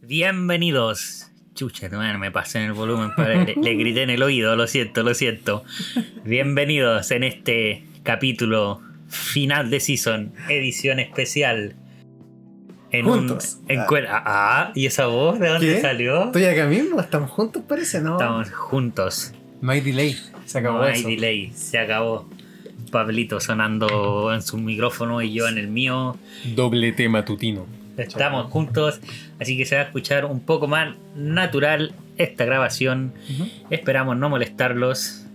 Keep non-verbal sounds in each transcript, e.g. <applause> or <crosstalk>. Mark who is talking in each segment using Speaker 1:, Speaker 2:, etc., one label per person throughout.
Speaker 1: Bienvenidos. Chucha, bueno, me pasé en el volumen, para, le, le grité en el oído, lo siento, lo siento. Bienvenidos en este capítulo final de season, edición especial. En
Speaker 2: Juntos.
Speaker 1: Un, en
Speaker 2: Ah.
Speaker 1: cuer- ah. ah, ¿y esa voz de dónde
Speaker 2: ¿Qué?
Speaker 1: salió?
Speaker 2: Estoy acá mismo, estamos juntos, parece, ¿no?
Speaker 1: Estamos juntos.
Speaker 2: No hay delay. Se acabó
Speaker 1: No hay
Speaker 2: eso.
Speaker 1: delay, se acabó. Pablito sonando en su micrófono y yo en el mío.
Speaker 3: Doble tema tutino.
Speaker 1: Estamos juntos, así que se va a escuchar un poco más natural esta grabación.
Speaker 2: Ujú.
Speaker 1: Esperamos no molestarlos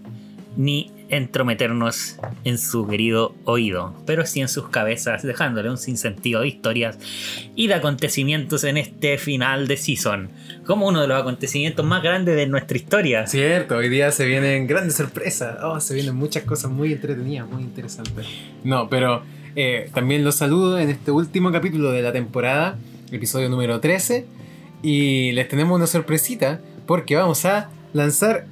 Speaker 1: ni entrometernos en su querido oído, pero sí en sus cabezas, dejándole un sinsentido de historias y de acontecimientos en este final de season, como uno de los acontecimientos más grandes de nuestra historia.
Speaker 2: Cierto, hoy día se vienen grandes sorpresas. Oh, se vienen muchas cosas muy entretenidas, muy interesantes.
Speaker 3: No, pero eh, también los saludo en este último capítulo de la temporada, episodio número 13. Y les tenemos una sorpresita porque vamos a lanzar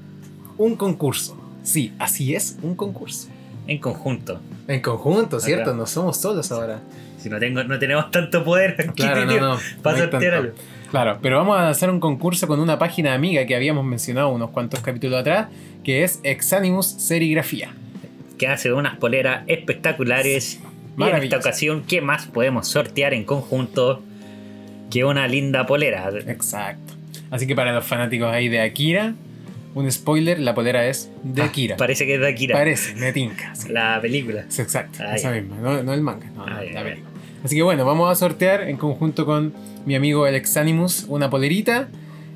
Speaker 3: un concurso. Sí, así es, un concurso.
Speaker 1: En conjunto,
Speaker 3: En conjunto, ¿cierto?
Speaker 1: Acá.
Speaker 3: No somos solos ahora.
Speaker 1: si no tengo, no tenemos tanto poder, aquí,
Speaker 3: Claro, no,
Speaker 1: tío,
Speaker 3: no.
Speaker 1: para
Speaker 3: no hay
Speaker 1: sortear
Speaker 3: tanto.
Speaker 1: algo.
Speaker 3: Claro, pero vamos a lanzar un concurso con una página amiga que habíamos mencionado unos cuantos capítulos atrás, que es Exanimus Serigrafía.
Speaker 1: que hace unas poleras espectaculares. Y en esta
Speaker 3: Maravillosas.
Speaker 1: ocasión, ¿qué más podemos sortear en conjunto que una linda polera?
Speaker 3: Eh, Exacto. Así que para los fanáticos ahí de Akira, un spoiler, la polera es de Akira.
Speaker 1: Parece que es de Akira,
Speaker 3: Parece, me tinca. sí.
Speaker 1: la película.
Speaker 3: Es exacto,
Speaker 1: Ah,
Speaker 3: esa
Speaker 1: ya.
Speaker 3: misma, no, no el manga, no, no,
Speaker 1: Ah, ya,
Speaker 3: la
Speaker 1: ya.
Speaker 3: película. Así que bueno, vamos a sortear en conjunto con mi amigo el Exanimus una polerita,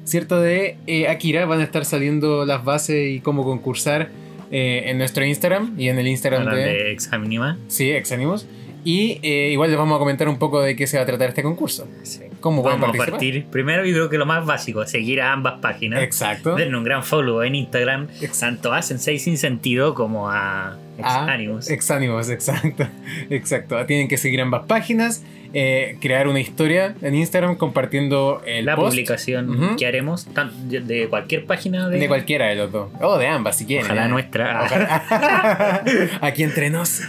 Speaker 3: ¿cierto? De eh, Akira. Van a estar saliendo las bases y cómo concursar eh, en nuestro Instagram y en el Instagram
Speaker 1: Hablan
Speaker 3: de...
Speaker 1: de Examinima.
Speaker 3: Sí, Exanimus. Y eh, igual les vamos a comentar un poco de qué se va a tratar este concurso. ¿Cómo pueden
Speaker 1: Vamos a
Speaker 3: participar?
Speaker 1: partir primero y creo que lo más básico, seguir a ambas páginas.
Speaker 3: Exacto.
Speaker 1: Denle un gran follow en Instagram,
Speaker 3: Exacto.
Speaker 1: tanto a Sensei Sin Sentido como a
Speaker 3: Ah,
Speaker 1: Exanimus.
Speaker 3: Exánimos, exacto. <laughs> Exacto. Tienen que seguir ambas páginas, eh, crear una historia en Instagram compartiendo el
Speaker 1: la
Speaker 3: post
Speaker 1: publicación
Speaker 3: Ujú.
Speaker 1: que haremos tan- de cualquier página de,
Speaker 3: de cualquiera de los dos. O de ambas, si quieren.
Speaker 1: ojalá
Speaker 3: ¿eh?
Speaker 1: nuestra.
Speaker 3: Ojalá. <laughs> Aquí entre nos.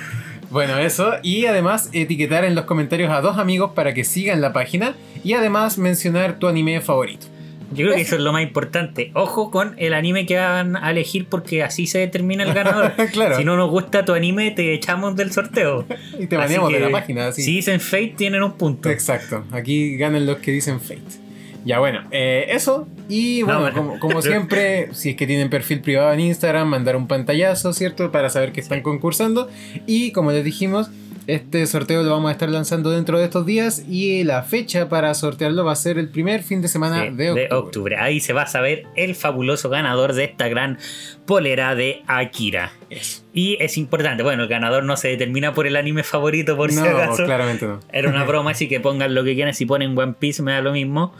Speaker 3: Bueno, eso. Y además etiquetar en los comentarios a dos amigos para que sigan la página. Y además mencionar tu anime favorito.
Speaker 1: <laughs> Yo creo que eso es lo más importante. Ojo con el anime que van a elegir porque así se determina el ganador.
Speaker 3: <laughs> claro.
Speaker 1: Si no nos gusta tu anime, te echamos del sorteo.
Speaker 3: y
Speaker 1: Así
Speaker 3: te baneamos de
Speaker 1: que,
Speaker 3: la página. Así.
Speaker 1: Si dicen fate, tienen un punto.
Speaker 3: Exacto. Aquí ganan los que dicen Fate. Ya bueno, eh, eso. Y
Speaker 1: No,
Speaker 3: bueno,
Speaker 1: bueno. <laughs>
Speaker 3: como, como siempre, si es que tienen perfil privado en Instagram, mandar un pantallazo, ¿cierto? Para saber que están concursando. Y como les dijimos, este sorteo lo vamos a estar lanzando dentro de estos días. Y la fecha para sortearlo va a ser el primer fin de semana
Speaker 1: Sí,
Speaker 3: de octubre.
Speaker 1: Ahí se va a saber el fabuloso ganador de esta gran polera de Akira.
Speaker 3: Eso.
Speaker 1: Y es importante, bueno, el ganador no se determina por el anime favorito, por
Speaker 3: no,
Speaker 1: si acaso.
Speaker 3: claramente no.
Speaker 1: Era
Speaker 3: <laughs>
Speaker 1: una broma, así que pongan lo que quieran. Si ponen One Piece, me da lo mismo.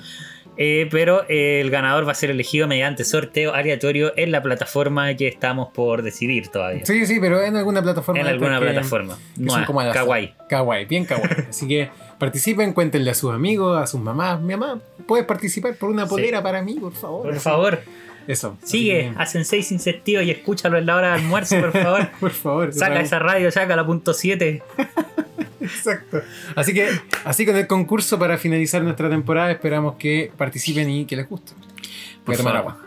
Speaker 1: Eh, pero eh, el ganador va a ser elegido mediante sorteo aleatorio en la plataforma que estamos por decidir todavía.
Speaker 3: Sí, sí, pero en alguna plataforma.
Speaker 1: en
Speaker 3: de
Speaker 1: alguna
Speaker 3: estas que-
Speaker 1: plataforma.
Speaker 3: que son
Speaker 1: No,
Speaker 3: como a las-
Speaker 1: kawaii.
Speaker 3: Kawaii,
Speaker 1: <laughs>
Speaker 3: bien kawaii. Así que participen, cuéntenle a sus amigos, a sus mamás. Mi mamá, ¿puedes participar por una
Speaker 1: Sí.
Speaker 3: polera para mí, por favor?
Speaker 1: Por
Speaker 3: Así.
Speaker 1: favor,
Speaker 3: Eso.
Speaker 1: sigue
Speaker 3: Así
Speaker 1: a Sensei sin sentido y escúchalo en la hora de almuerzo, por
Speaker 3: <laughs>
Speaker 1: favor.
Speaker 3: que, Por favor.
Speaker 1: Saca
Speaker 3: para-
Speaker 1: esa radio, saca la punto 7.
Speaker 3: Exacto. Así que, así con el concurso para finalizar nuestra temporada, esperamos que participen y que les guste. Voy a tomar
Speaker 1: favor.
Speaker 3: agua.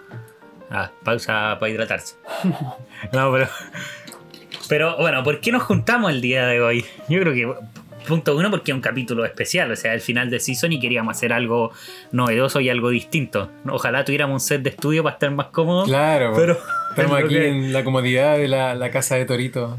Speaker 1: Ah, pausa para hidratarse. No, pero. Pero bueno, ¿por qué nos juntamos el día de hoy? Yo creo que. Punto uno, porque es un capítulo especial, o sea, el final de season y queríamos hacer algo novedoso y algo distinto. Ojalá tuviéramos un set de estudio para estar más cómodos.
Speaker 3: Claro. pues.
Speaker 1: Pero.
Speaker 3: estamos
Speaker 1: es lo
Speaker 3: aquí
Speaker 1: que-
Speaker 3: en la comodidad de la, la casa de Torito,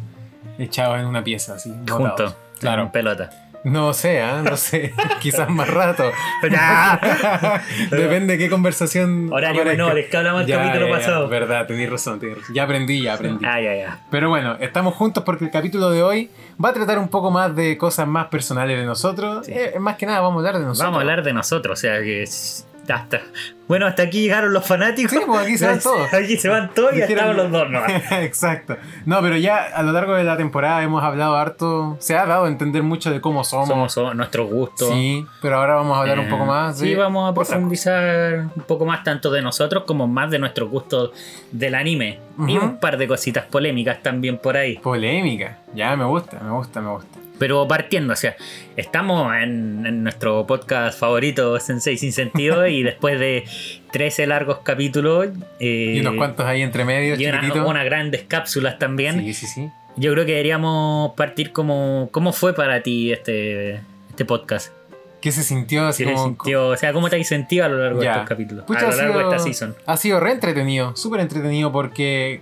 Speaker 3: echados en una pieza, así. botados.
Speaker 1: Juntos.
Speaker 3: Claro.
Speaker 1: En
Speaker 3: <laughs>
Speaker 1: pelota.
Speaker 3: No sé, ¿ah? no
Speaker 1: <laughs>
Speaker 3: sé. Quizás más rato.
Speaker 1: Ya.
Speaker 3: <laughs> Depende de qué conversación.
Speaker 1: Horario
Speaker 3: aparezca.
Speaker 1: menores, que hablamos el
Speaker 3: Ya,
Speaker 1: capítulo
Speaker 3: ya, ya,
Speaker 1: pasado.
Speaker 3: verdad, tenés razón, tenés razón. Ya aprendí, ya aprendí.
Speaker 1: Ah, ya, ya.
Speaker 3: Pero bueno, estamos juntos porque el capítulo de hoy va a tratar un poco más de cosas más personales de nosotros.
Speaker 1: Sí.
Speaker 3: Eh, más que nada, vamos a hablar de nosotros.
Speaker 1: Vamos a hablar de nosotros, o sea que. es- Hasta, bueno, hasta aquí llegaron los fanáticos.
Speaker 3: Sí, pues aquí se
Speaker 1: <laughs>
Speaker 3: van todos.
Speaker 1: Aquí se van todos y
Speaker 3: Dijeron-
Speaker 1: estamos los dos,
Speaker 3: <laughs>
Speaker 1: ¿no?
Speaker 3: Exacto. No, pero ya a lo largo de la temporada hemos hablado harto. Se ha dado a entender mucho de cómo somos.
Speaker 1: Somos, somos nuestros gustos.
Speaker 3: Sí, pero ahora vamos a hablar un
Speaker 1: Eh,
Speaker 3: poco más de.
Speaker 1: Sí, vamos a
Speaker 3: otras
Speaker 1: profundizar un poco más tanto de nosotros como más de nuestros gustos del anime. Y
Speaker 3: Ujú.
Speaker 1: un par de cositas polémicas también por ahí.
Speaker 3: Polémica. Ya, me gusta, me gusta, me gusta.
Speaker 1: Pero partiendo, o sea, estamos en, en nuestro podcast favorito, Sensei Sin
Speaker 3: <laughs>
Speaker 1: Sentido, y después de 13 largos capítulos. eh,
Speaker 3: Y unos cuantos ahí entre medio,
Speaker 1: y una-
Speaker 3: chiquititos.
Speaker 1: unas grandes cápsulas también.
Speaker 3: Sí, sí, sí.
Speaker 1: Yo creo que deberíamos partir como. ¿Cómo fue para ti este, este podcast?
Speaker 3: ¿Qué se sintió así
Speaker 1: ¿Qué te
Speaker 3: como-
Speaker 1: sintió? O sea, ¿cómo te has sentido a lo largo
Speaker 3: Ya.
Speaker 1: de estos capítulos?
Speaker 3: Pucha,
Speaker 1: a lo
Speaker 3: ha
Speaker 1: largo
Speaker 3: sido-
Speaker 1: de esta season.
Speaker 3: Ha sido re entretenido, súper entretenido porque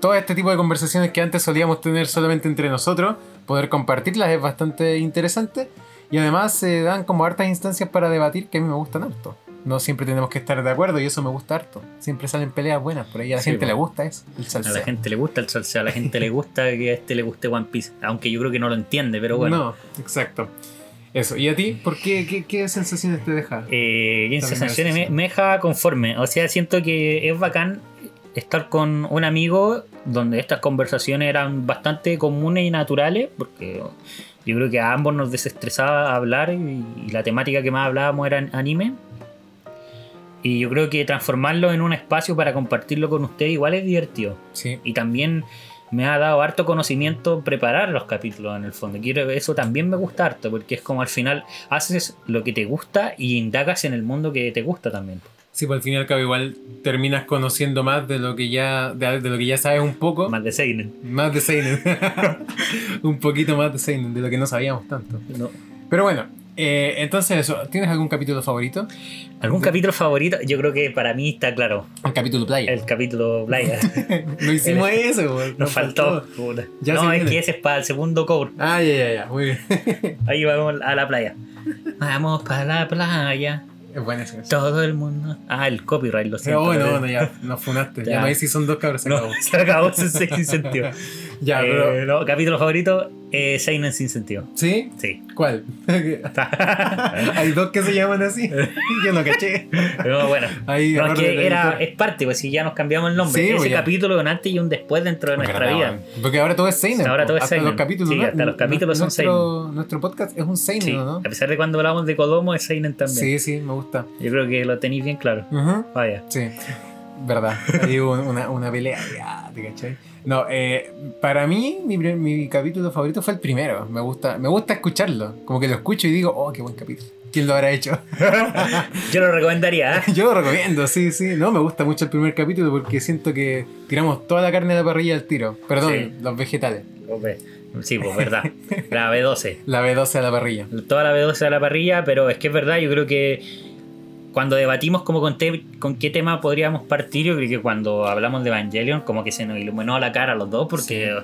Speaker 3: todo este tipo de conversaciones que antes solíamos tener solamente entre nosotros, poder compartirlas es bastante interesante y además se dan como hartas instancias para debatir que a mí me gustan harto. No siempre tenemos que estar de acuerdo y eso me gusta harto. Siempre salen peleas buenas por ahí, a la
Speaker 1: Sí,
Speaker 3: gente
Speaker 1: bueno.
Speaker 3: le gusta eso, el
Speaker 1: A
Speaker 3: salseo.
Speaker 1: la gente le gusta el salseo, a la gente
Speaker 3: <laughs>
Speaker 1: le gusta que a este le guste One Piece. Aunque yo creo que no lo entiende, pero bueno.
Speaker 3: No, exacto. Eso. ¿Y a ti? ¿Por qué, qué, qué sensaciones te deja?
Speaker 1: Eh, y en
Speaker 3: También
Speaker 1: sensaciones
Speaker 3: me
Speaker 1: me,
Speaker 3: parece, sí.
Speaker 1: me deja conforme. O sea, siento que es bacán estar con un amigo donde estas conversaciones eran bastante comunes y naturales, porque yo creo que a ambos nos desestresaba hablar y, y la temática que más hablábamos era anime. Y yo creo que transformarlo en un espacio para compartirlo con usted igual es divertido.
Speaker 3: Sí.
Speaker 1: Y también me ha dado harto conocimiento preparar los capítulos en el fondo. Quiero, eso también me gusta harto, porque es como al final haces lo que te gusta y indagas en el mundo que te gusta también.
Speaker 3: Sí, pues al fin y al cabo igual terminas conociendo más de lo que ya, de, de lo que ya sabes un poco.
Speaker 1: Más de Seinen.
Speaker 3: Más de Seinen. <laughs> un poquito más de Seinen, de lo que no sabíamos tanto.
Speaker 1: ¿no?
Speaker 3: Pero bueno, eh, entonces eso, ¿tienes algún capítulo favorito?
Speaker 1: ¿Algún
Speaker 3: Sí.
Speaker 1: capítulo favorito? Yo creo que para mí está claro.
Speaker 3: El capítulo playa.
Speaker 1: El capítulo Playa.
Speaker 3: <laughs> no hicimos eso, güey.
Speaker 1: Nos faltó. Puta.
Speaker 3: Ya
Speaker 1: no,
Speaker 3: se
Speaker 1: es
Speaker 3: viene.
Speaker 1: que ese es para el segundo cover.
Speaker 3: Ah, ya, ya, ya, muy bien. <laughs>
Speaker 1: Ahí vamos a la playa. Vamos para la playa.
Speaker 3: Es buena esa canción.
Speaker 1: Todo el mundo. Ah, el copyright, lo
Speaker 3: Pero
Speaker 1: siento.
Speaker 3: bueno, bueno, ya, nos funaste.
Speaker 1: Ya.
Speaker 3: Ya, Eh, oh, no hay si son dos cabros, se
Speaker 1: No, <laughs>
Speaker 3: acabó.
Speaker 1: se acabó ese sin sentido.
Speaker 3: Ya,
Speaker 1: Eh,
Speaker 3: pero.
Speaker 1: no, capítulo favorito, eh, Seinen sin sentido.
Speaker 3: ¿Sí?
Speaker 1: Sí. <laughs>
Speaker 3: ¿Cuál? hay dos que se llaman así. Yo no caché.
Speaker 1: Pero bueno.
Speaker 3: <laughs> Ahí,
Speaker 1: No,
Speaker 3: error
Speaker 1: es que
Speaker 3: del
Speaker 1: era,
Speaker 3: editor.
Speaker 1: es parte, pues si ya nos cambiamos el nombre.
Speaker 3: Sí,
Speaker 1: Ese
Speaker 3: pues, ya.
Speaker 1: capítulo es un antes y un después dentro de nuestra
Speaker 3: Verdad,
Speaker 1: vida.
Speaker 3: weón. Porque ahora todo es Seinen.
Speaker 1: Ahora
Speaker 3: po.
Speaker 1: todo es
Speaker 3: hasta
Speaker 1: seinen.
Speaker 3: los capítulos,
Speaker 1: Sí,
Speaker 3: ¿no?
Speaker 1: hasta los capítulos son
Speaker 3: nuestro, Nuestro podcast es un Seinen,
Speaker 1: Sí,
Speaker 3: ¿no?
Speaker 1: A pesar de cuando hablábamos de Kodomo, es Seinen también.
Speaker 3: Sí, sí, me gusta.
Speaker 1: Yo creo que lo tenéis bien claro.
Speaker 3: Ujú.
Speaker 1: Vaya.
Speaker 3: Sí, verdad. Ahí hubo una, una pelea, ya, ¿te cachai? No, eh, para mí, mi, pri- mi capítulo favorito fue el primero. Me gusta, me gusta escucharlo. Como que lo escucho y digo, oh, qué buen capítulo. ¿Quién lo habrá hecho? <laughs>
Speaker 1: Yo lo recomendaría, ¿eh?
Speaker 3: Yo lo recomiendo, sí, sí. No, me gusta mucho el primer capítulo porque siento que tiramos toda la carne de la parrilla al tiro. Perdón,
Speaker 1: Sí.
Speaker 3: los vegetales.
Speaker 1: Sí, pues verdad. La B12.
Speaker 3: La B12 a la parrilla.
Speaker 1: toda la B12 a la parrilla, pero es que es verdad, yo creo que cuando debatimos como con, te- con qué tema podríamos partir, yo creo que cuando hablamos de Evangelion como que se nos iluminó la cara a los dos porque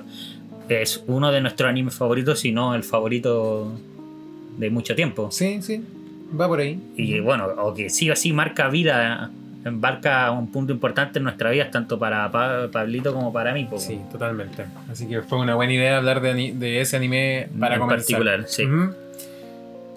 Speaker 1: es uno de nuestros animes favoritos, si no el favorito de mucho tiempo.
Speaker 3: Sí, sí. Va por ahí.
Speaker 1: Y bueno, o que sí o sí marca vida, embarca un punto importante en nuestra vida, tanto para Pa- Pablito como para mí. pues,
Speaker 3: Sí, totalmente. Así que fue una buena idea hablar de, ani- de ese anime para
Speaker 1: en
Speaker 3: comenzar. Mm,
Speaker 1: particular, sí.
Speaker 3: Ujú.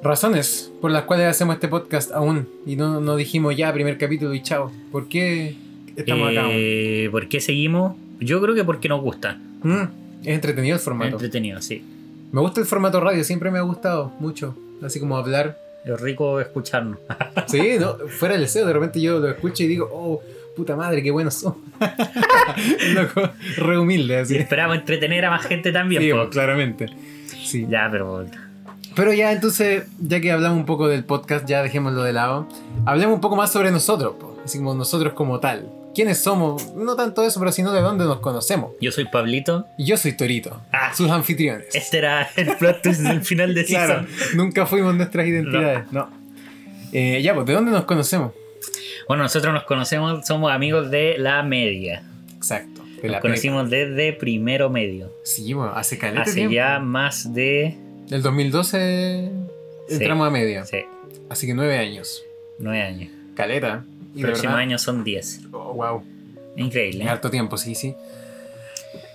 Speaker 3: Razones por las cuales hacemos este podcast aún y no, no dijimos ya primer capítulo y chao. ¿Por qué estamos acá aún?
Speaker 1: Eh, ¿Por qué seguimos? Yo creo que porque nos gusta.
Speaker 3: Mm, Es entretenido el
Speaker 1: Es
Speaker 3: formato.
Speaker 1: entretenido, sí.
Speaker 3: Me gusta el formato radio, siempre me ha gustado mucho. Así como hablar.
Speaker 1: Es rico
Speaker 3: <laughs>
Speaker 1: escucharnos.
Speaker 3: Sí, no, fuera del SEO, de repente yo lo escucho y digo, oh, puta madre, qué buenos son. <laughs> Loco, re humilde
Speaker 1: Y
Speaker 3: así.
Speaker 1: esperamos entretener a más gente también.
Speaker 3: Sí,
Speaker 1: po.
Speaker 3: pues, claramente. Sí.
Speaker 1: Ya, pero
Speaker 3: Pero ya entonces, ya que hablamos un poco del podcast, ya dejémoslo de lado. Hablemos un poco más sobre nosotros, po. así como nosotros como tal. ¿Quiénes somos? No tanto eso, pero sino de dónde nos conocemos.
Speaker 1: yo soy Pablito.
Speaker 3: Y Yo soy Torito,
Speaker 1: Ah. <laughs>
Speaker 3: sus anfitriones.
Speaker 1: Este era el plot twist del final de
Speaker 3: claro,
Speaker 1: season.
Speaker 3: nunca fuimos nuestras identidades, no. Eh, ya, pues, ¿de dónde nos conocemos?
Speaker 1: Bueno, nosotros nos conocemos, somos amigos de la media.
Speaker 3: Exacto. de
Speaker 1: Nos
Speaker 3: la
Speaker 1: conocimos desde primero medio.
Speaker 3: prepa. Sí, bueno, hace caleta
Speaker 1: Hace
Speaker 3: Este tiempo.
Speaker 1: ya más de
Speaker 3: Del 2012
Speaker 1: Sí.
Speaker 3: entramos a media.
Speaker 1: sí,
Speaker 3: Así que nueve años.
Speaker 1: nueve años.
Speaker 3: Caleta. Y de
Speaker 1: Próximo
Speaker 3: verdad-
Speaker 1: año son diez.
Speaker 3: Oh, wow.
Speaker 1: Increíble.
Speaker 3: En
Speaker 1: ¿eh?
Speaker 3: harto tiempo, sí, sí.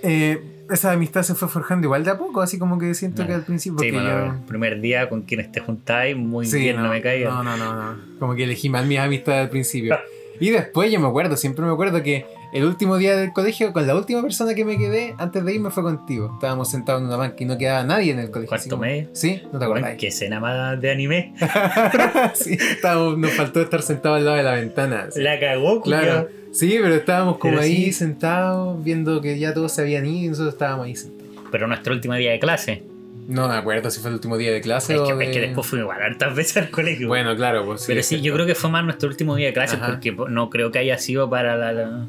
Speaker 3: Eh, esa amistad se fue forjando igual de a poco, así como que siento
Speaker 1: Ah,
Speaker 3: que al principio
Speaker 1: Sí,
Speaker 3: que
Speaker 1: bueno,
Speaker 3: yo-
Speaker 1: el primer día con quien esté juntáis, muy
Speaker 3: Sí,
Speaker 1: bien, no, me caiga.
Speaker 3: No, no, no, no. Como que elegí mal mis amistades al principio. Y después yo me acuerdo, siempre me acuerdo que el último día del colegio, con la última persona que me quedé antes de irme fue contigo. Estábamos sentados en una banca y no quedaba nadie en el colegio. así
Speaker 1: Cuarto
Speaker 3: como-
Speaker 1: medio.
Speaker 3: Sí, no te acordás.
Speaker 1: Bueno, qué escena más de anime.
Speaker 3: <laughs> sí, estábamos- nos faltó estar sentados al lado de la ventana. así.
Speaker 1: La cagó,
Speaker 3: Claro.
Speaker 1: culiao.
Speaker 3: Sí, pero estábamos como
Speaker 1: Pero
Speaker 3: ahí
Speaker 1: sí.
Speaker 3: sentados, viendo que ya todos se habían ido y nosotros estábamos ahí sentados.
Speaker 1: Pero nuestro último día de clase.
Speaker 3: No me acuerdo si fue el último día de clase
Speaker 1: Es
Speaker 3: o
Speaker 1: que,
Speaker 3: de-
Speaker 1: es que después fuimos igual hartas veces al colegio.
Speaker 3: Bueno, claro, pues
Speaker 1: pero
Speaker 3: es
Speaker 1: sí, yo
Speaker 3: cierto.
Speaker 1: creo que fue más nuestro último día de clases
Speaker 3: Ajá.
Speaker 1: porque po- no creo que haya sido para la, la-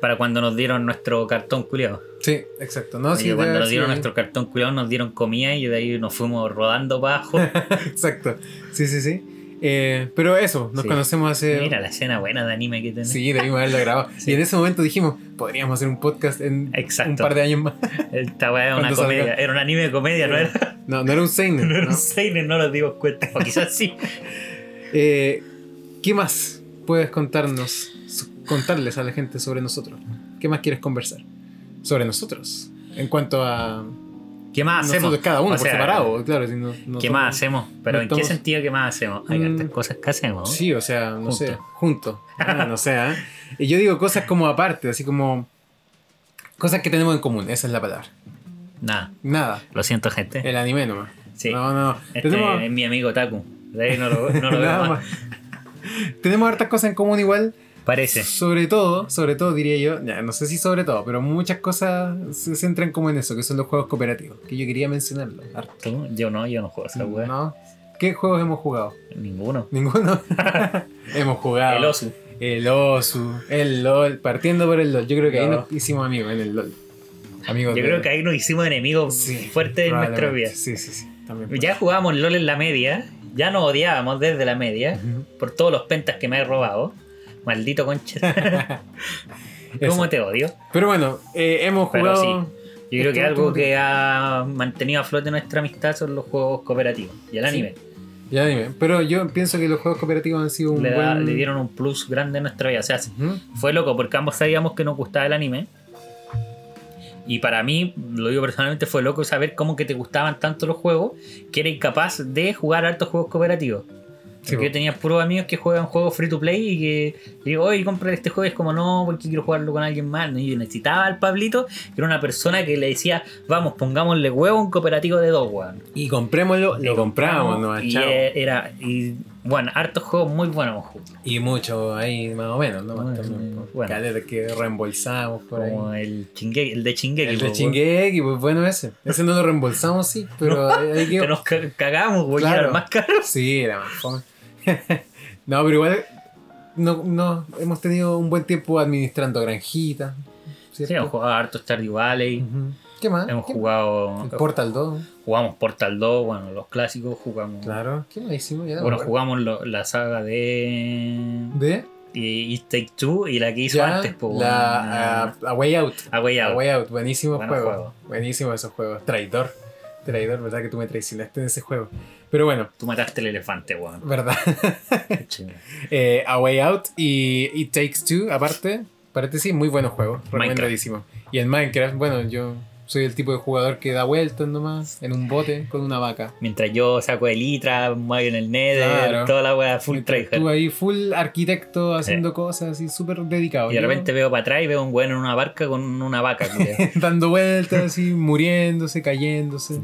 Speaker 1: para cuando nos dieron nuestro cartón culiado.
Speaker 3: Sí, exacto. No, sí,
Speaker 1: Porque cuando nos
Speaker 3: debe
Speaker 1: dieron
Speaker 3: haber sido-
Speaker 1: nuestro cartón culiado nos dieron comida y de ahí nos fuimos rodando para
Speaker 3: <laughs>
Speaker 1: abajo.
Speaker 3: Exacto. Sí, sí, sí. Eh, pero eso, nos
Speaker 1: Sí.
Speaker 3: conocemos hace.
Speaker 1: Mira la escena buena de anime que tenés.
Speaker 3: Sí, debimos haberla
Speaker 1: <laughs>
Speaker 3: grabado.
Speaker 1: Sí.
Speaker 3: Y en ese momento dijimos, podríamos hacer un podcast en
Speaker 1: Exacto.
Speaker 3: un par de años más.
Speaker 1: Esta weá era una
Speaker 3: Cuando salga.
Speaker 1: comedia, era un anime de comedia, no era,
Speaker 3: No, no
Speaker 1: <laughs>
Speaker 3: era un seinen.
Speaker 1: no era
Speaker 3: ¿no?
Speaker 1: un seinen, no lo dimos cuenta. O quizás sí.
Speaker 3: Eh, ¿Qué más puedes contarnos, s- contarles a la gente sobre nosotros? ¿Qué más quieres conversar sobre nosotros? En cuanto a
Speaker 1: ¿Qué más
Speaker 3: nosotros
Speaker 1: hacemos?
Speaker 3: cada uno
Speaker 1: O
Speaker 3: por
Speaker 1: sea,
Speaker 3: separado, claro. si no- no
Speaker 1: ¿Qué
Speaker 3: somos-
Speaker 1: más hacemos? Pero
Speaker 3: no
Speaker 1: ¿en
Speaker 3: estamos-
Speaker 1: qué sentido qué más hacemos? Hay
Speaker 3: Mm.
Speaker 1: hartas cosas que hacemos.
Speaker 3: Sí, o sea, no
Speaker 1: Juntos.
Speaker 3: sé, juntos. Ah, no sé, ¿ah? Y yo digo cosas como aparte, así como cosas que tenemos en común, esa es la palabra.
Speaker 1: Nada,
Speaker 3: Nada,
Speaker 1: lo siento, gente.
Speaker 3: el anime nomás.
Speaker 1: Sí.
Speaker 3: Eh, No, no,
Speaker 1: Este
Speaker 3: tenemos
Speaker 1: es mi amigo Taku. De ahí no lo, no lo
Speaker 3: <laughs> nada
Speaker 1: veo
Speaker 3: más.
Speaker 1: más.
Speaker 3: Tenemos hartas cosas en común igual,
Speaker 1: Parece.
Speaker 3: Sobre todo, sobre todo diría yo, ya, no sé si sobre todo, pero muchas cosas se centran como en eso, que son los juegos cooperativos, que yo quería mencionarlo. harto.
Speaker 1: ¿Tú? Yo no, yo no juego a esa weá.
Speaker 3: Mm, ¿No? ¿Qué juegos hemos jugado?
Speaker 1: Ninguno. <laughs>
Speaker 3: Ninguno. hemos jugado.
Speaker 1: El Osu.
Speaker 3: El Osu, el LOL, partiendo por el LOL. Yo creo que ahí
Speaker 1: No.
Speaker 3: nos hicimos amigos en el LOL. Amigos
Speaker 1: Yo creo que ahí nos hicimos enemigos fuertes en nuestra vida.
Speaker 3: Sí, sí, sí. También puede
Speaker 1: Ya jugábamos LOL en la media. Ya nos odiábamos desde la media.
Speaker 3: ser. Ujú.
Speaker 1: Por todos los pentas que me he robado. Maldito
Speaker 3: <laughs>
Speaker 1: concha. ¿Cómo
Speaker 3: Eso.
Speaker 1: te odio?
Speaker 3: Pero bueno, eh, hemos
Speaker 1: Pero
Speaker 3: jugado.
Speaker 1: Yo creo
Speaker 3: Este
Speaker 1: que algo
Speaker 3: último
Speaker 1: que ha mantenido a flote nuestra amistad son los juegos cooperativos y el
Speaker 3: Sí.
Speaker 1: anime.
Speaker 3: Ya dime. Pero yo pienso que los juegos cooperativos han sido un
Speaker 1: Le, da-
Speaker 3: buen.
Speaker 1: le dieron un plus grande a nuestra vida. O sea,
Speaker 3: Ujú.
Speaker 1: fue loco porque ambos sabíamos que nos gustaba el anime. Y para mí, lo digo personalmente, fue loco saber cómo que te gustaban tanto los juegos que era incapaz de jugar hartos juegos cooperativos.
Speaker 3: Sí,
Speaker 1: porque
Speaker 3: po.
Speaker 1: yo tenía puros amigos que juegan juegos free to play y que le digo, oye, compra este juego. Y es como, no, porque quiero jugarlo con alguien más. Y yo necesitaba al Pablito, que era una persona que le decía, vamos, pongámosle huevo a un cooperativo de dos, weón.
Speaker 3: Y comprémoslo, lo compramos, no,
Speaker 1: Y
Speaker 3: chao.
Speaker 1: eh, era, y bueno, hartos juegos muy buenos. ju-
Speaker 3: Y mucho ahí, más o menos, ¿no?
Speaker 1: Bueno, bueno.
Speaker 3: Caleta que reembolsamos por
Speaker 1: Como
Speaker 3: ahí.
Speaker 1: el chingue, el de chingue.
Speaker 3: El de Chingeki, pues bueno ese. Ese no lo reembolsamos, sí,
Speaker 1: <laughs>
Speaker 3: pero hay
Speaker 1: Que
Speaker 3: que...
Speaker 1: nos ca- cagamos, güey,
Speaker 3: Claro.
Speaker 1: era el más caro.
Speaker 3: Sí, era más fome. <laughs> no, pero igual no, no, hemos tenido un buen tiempo administrando granjitas.
Speaker 1: Sí, hemos jugado harto Stardew Valley.
Speaker 3: ¿Qué más?
Speaker 1: Hemos
Speaker 3: ¿Qué-
Speaker 1: jugado.
Speaker 3: el Portal 2.
Speaker 1: Jugamos Portal 2, bueno, los clásicos. Jugamos.
Speaker 3: Claro. ¿Qué más hicimos? Ya no me
Speaker 1: Bueno,
Speaker 3: acuerdo.
Speaker 1: jugamos lo- la saga de.
Speaker 3: ¿De?
Speaker 1: Y, y Take Two y la que hizo
Speaker 3: ya,
Speaker 1: antes, pues. ah,
Speaker 3: la, a- a Way Out.
Speaker 1: A Way
Speaker 3: A
Speaker 1: Out.
Speaker 3: Way Out, buenísimo
Speaker 1: Buen
Speaker 3: juego.
Speaker 1: juego.
Speaker 3: Buenísimo esos juegos. Traidor. Traidor, ¿verdad? Que tú me traicionaste en ese juego. Pero bueno,
Speaker 1: Tú mataste el elefante, weón.
Speaker 3: ¿verdad? Eh, a Way Out y It Takes Two, aparte. Parece sí, muy buenos juegos. Recomendadísimo. Y en Minecraft, bueno, yo soy el tipo de jugador que da vueltas nomás en un bote con una vaca.
Speaker 1: Mientras yo saco el Itra, Mario en el Nether,
Speaker 3: Claro.
Speaker 1: toda la wea full
Speaker 3: Mientras
Speaker 1: tryhard.
Speaker 3: Tú ahí full arquitecto haciendo cosas así súper dedicado.
Speaker 1: Y de
Speaker 3: Yo
Speaker 1: repente veo para atrás y veo un weón en una barca con una vaca. <laughs> culiao.
Speaker 3: <laughs> Dando vueltas así, muriéndose, cayéndose.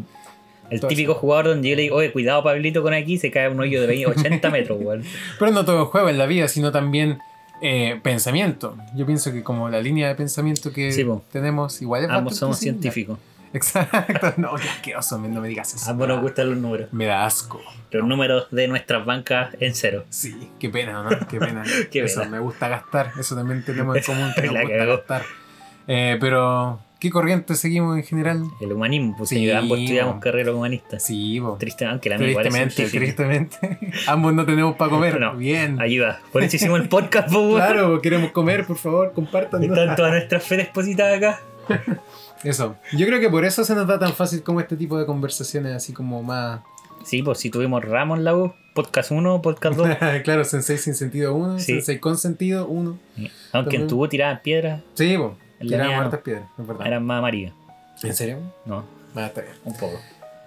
Speaker 1: El
Speaker 3: Todo
Speaker 1: típico jugador donde yo le digo, oye, cuidado Pablito con aquí, se cae un hoyo de 20, 80 metros, weón.
Speaker 3: Pero no todo es juego en la vida, sino también eh, pensamiento. Yo pienso que como la línea de pensamiento que
Speaker 1: Sí, po.
Speaker 3: tenemos igual es
Speaker 1: Ambos
Speaker 3: bastante
Speaker 1: somos
Speaker 3: similar.
Speaker 1: científicos.
Speaker 3: <laughs>
Speaker 1: Ah,
Speaker 3: Exacto. No, qué asqueroso, no me digas eso.
Speaker 1: Ambos nos gustan los números.
Speaker 3: Me da asco.
Speaker 1: Los números de nuestras bancas en cero.
Speaker 3: Sí, qué pena, ¿no? Qué pena.
Speaker 1: <laughs> Qué
Speaker 3: eso,
Speaker 1: pena.
Speaker 3: me gusta gastar. Eso también tenemos en común, que
Speaker 1: <laughs>
Speaker 3: nos
Speaker 1: La
Speaker 3: gusta
Speaker 1: cagó.
Speaker 3: gastar. Eh, pero, ¿qué corriente seguimos en general?
Speaker 1: El humanismo, pues
Speaker 3: Sí,
Speaker 1: sí, ambos estudiamos
Speaker 3: bo.
Speaker 1: carrera humanista.
Speaker 3: Sí, po.
Speaker 1: Triste, aunque la mía igual es
Speaker 3: tristemente,
Speaker 1: científica.
Speaker 3: tristemente. <laughs> Ambos no tenemos para comer.
Speaker 1: No.
Speaker 3: Bien.
Speaker 1: Ayuda. Por eso hicimos el podcast, po, weón.
Speaker 3: Claro, queremos comer, por favor, compartan.
Speaker 1: Están todas nuestras fe depositadas acá.
Speaker 3: <laughs> Eso. Yo creo que por eso se nos da tan fácil como este tipo de conversaciones, así como más.
Speaker 1: Sí, pues si tuvimos Ramos en la U, podcast 1, podcast 2.
Speaker 3: <laughs> claro, sensei sin sentido uno,
Speaker 1: Sí.
Speaker 3: sensei con sentido uno.
Speaker 1: Aunque en tu U tiraban piedras,
Speaker 3: Sí, po.
Speaker 1: En la
Speaker 3: Que eran
Speaker 1: mía no.
Speaker 3: hartas piedras, es verdad.
Speaker 1: eran más amarillas.
Speaker 3: ¿En serio?
Speaker 1: No,
Speaker 3: Ah, está bien.
Speaker 1: un poco.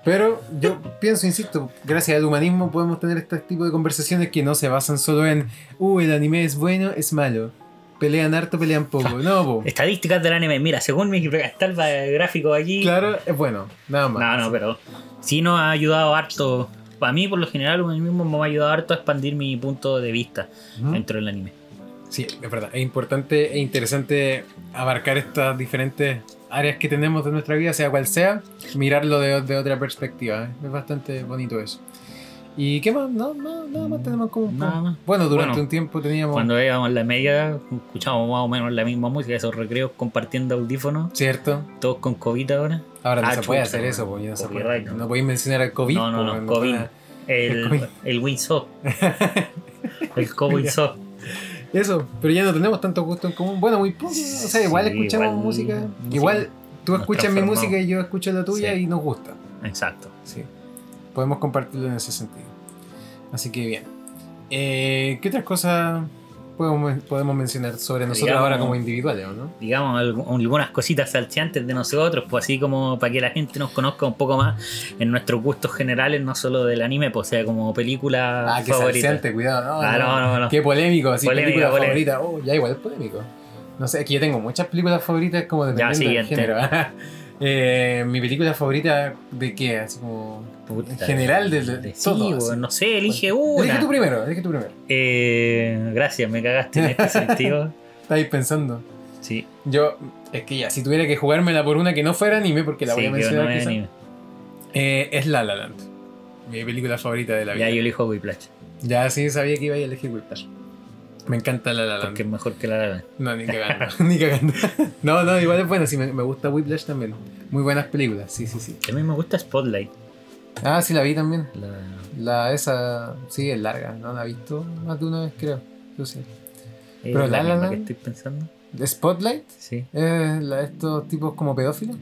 Speaker 3: Pero yo pienso, insisto, gracias al humanismo podemos tener este tipo de conversaciones que no se basan solo en, uh, el anime es bueno, es malo. Pelean harto, pelean poco. No,
Speaker 1: <laughs>
Speaker 3: po.
Speaker 1: Estadísticas del anime. Mira, según mi estalva de gráfico aquí.
Speaker 3: Claro, es bueno, nada más.
Speaker 1: No, no, pero sí nos ha ayudado harto. Para mí, por lo general, el mismo me ha ayudado harto a expandir mi punto de vista
Speaker 3: Ujú.
Speaker 1: dentro del anime.
Speaker 3: Sí, es verdad. Es importante e interesante abarcar estas diferentes áreas que tenemos de nuestra vida, sea cual sea, mirarlo de, de otra perspectiva. Es bastante bonito eso. ¿Y qué más? No, no, nada más tenemos como... un-
Speaker 1: Mm, Nada más.
Speaker 3: Bueno, durante
Speaker 1: Bueno,
Speaker 3: un tiempo teníamos...
Speaker 1: Cuando íbamos en la media, escuchábamos más o menos la misma música, esos recreos compartiendo audífonos,
Speaker 3: ¿Cierto?
Speaker 1: todos con COVID ahora.
Speaker 3: Ahora no
Speaker 1: Ah,
Speaker 3: se puede
Speaker 1: chucha,
Speaker 3: hacer
Speaker 1: no.
Speaker 3: eso, po, ya no se puede.
Speaker 1: Copyright, ¿no?
Speaker 3: No podéis mencionar al COVID.
Speaker 1: No, no,
Speaker 3: po,
Speaker 1: no,
Speaker 3: weón,
Speaker 1: COVID.
Speaker 3: nada.
Speaker 1: El, el Winsock. El COVID Sock.
Speaker 3: Eso, pero ya no tenemos tanto gusto en común. Bueno, muy poco. O sea, igual
Speaker 1: Sí,
Speaker 3: escuchamos
Speaker 1: igual
Speaker 3: música.
Speaker 1: música.
Speaker 3: Igual tú
Speaker 1: Nos
Speaker 3: escuchas mi
Speaker 1: transformamos.
Speaker 3: música y yo escucho la tuya
Speaker 1: Sí.
Speaker 3: y nos gusta.
Speaker 1: Exacto.
Speaker 3: Sí. Podemos compartirlo en ese sentido. Así que bien. Eh, ¿Qué otras cosas podemos, podemos mencionar sobre nosotros
Speaker 1: Digamos-
Speaker 3: ahora como individuales, o no?
Speaker 1: Digamos, algu- algunas cositas salseantes de nosotros, pues así como para que la gente nos conozca un poco más en nuestros gustos generales, no solo del anime, pues o sea como película
Speaker 3: Ah, que
Speaker 1: favorita.
Speaker 3: salseante, cuidado. No,
Speaker 1: Ah, no, no, no.
Speaker 3: Qué polémico, así
Speaker 1: Polémico,
Speaker 3: película
Speaker 1: polémico.
Speaker 3: favorita. Oh, ya igual es polémico. No sé, aquí yo tengo muchas películas favoritas como
Speaker 1: Ya,
Speaker 3: dependiendo del
Speaker 1: siguiente.
Speaker 3: género. <laughs> eh, Mi película favorita de qué, así como
Speaker 1: Puta,
Speaker 3: en general de, de-
Speaker 1: de- sí,
Speaker 3: todo.
Speaker 1: bo,
Speaker 3: así.
Speaker 1: no sé, elige una.
Speaker 3: Elige tú primero, elige tú primero.
Speaker 1: Eh, gracias, me cagaste en
Speaker 3: <laughs>
Speaker 1: este sentido.
Speaker 3: Estás ahí pensando.
Speaker 1: Sí,
Speaker 3: Yo, es que ya, si tuviera que jugármela por una que no fuera anime, porque la
Speaker 1: sí,
Speaker 3: voy a
Speaker 1: que
Speaker 3: mencionar
Speaker 1: no me
Speaker 3: quizá,
Speaker 1: anime.
Speaker 3: eh, es La La Land. Mi película favorita de la vida.
Speaker 1: Ya yo elijo Whiplash,
Speaker 3: Ya sí sabía que iba a elegir Whiplash. Me encanta La La Land.
Speaker 1: porque es mejor que la de
Speaker 3: No,
Speaker 1: <laughs>
Speaker 3: ni cagando. ni cagando. No, no, igual es bueno. Sí, me, me gusta Whiplash también. Muy buenas películas, sí, sí, sí.
Speaker 1: A mí me gusta Spotlight.
Speaker 3: Ah, sí, la vi también.
Speaker 1: la-
Speaker 3: La esa, sí, es larga. No la he visto más de una vez, creo. Yo sí.
Speaker 1: eh,
Speaker 3: Pero La La
Speaker 1: misma que
Speaker 3: Land-
Speaker 1: estoy pensando.
Speaker 3: The Spotlight,
Speaker 1: Sí,
Speaker 3: eh, la- estos tipos como pedófilos.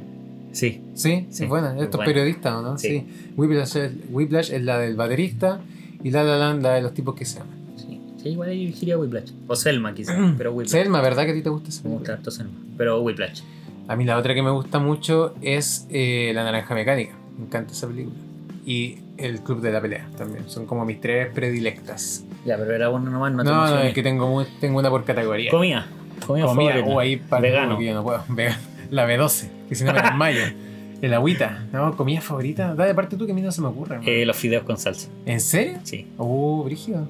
Speaker 1: sí,
Speaker 3: Sí, sí,
Speaker 1: Sí,
Speaker 3: es buena. Estos
Speaker 1: buena.
Speaker 3: periodistas, ¿o ¿no? Sí.
Speaker 1: Sí.
Speaker 3: Whiplash, es, Whiplash es la del baterista y La La Land, la de los tipos que se aman.
Speaker 1: sí. Sí, igual yo elegiría Whiplash. O Selma
Speaker 3: <clears throat>
Speaker 1: quizás, pero Whiplash.
Speaker 3: Selma, ¿verdad que a ti te gusta esa
Speaker 1: Me gusta
Speaker 3: película?
Speaker 1: harto Selma, pero Whiplash.
Speaker 3: A mí la otra que me gusta mucho es eh, La Naranja Mecánica. Me encanta esa película. Y El Club de la Pelea también. Son como mis tres predilectas.
Speaker 1: Ya, pero era bueno nomás, no
Speaker 3: No,
Speaker 1: te
Speaker 3: no,
Speaker 1: mencioné.
Speaker 3: es que tengo, mu- tengo una por categoría.
Speaker 1: Comida. Comida,
Speaker 3: Comida,
Speaker 1: favorita.
Speaker 3: oh, ahí para
Speaker 1: Vegano.
Speaker 3: porque yo no puedo. <laughs> Vegano. La B12, que si no me desmayo. <laughs> El agüita. No, comida favorita. Da de parte tú que a mí no se me ocurre. hermano.
Speaker 1: Eh, los fideos con salsa.
Speaker 3: ¿En serio?
Speaker 1: Sí.
Speaker 3: Oh, Brígido.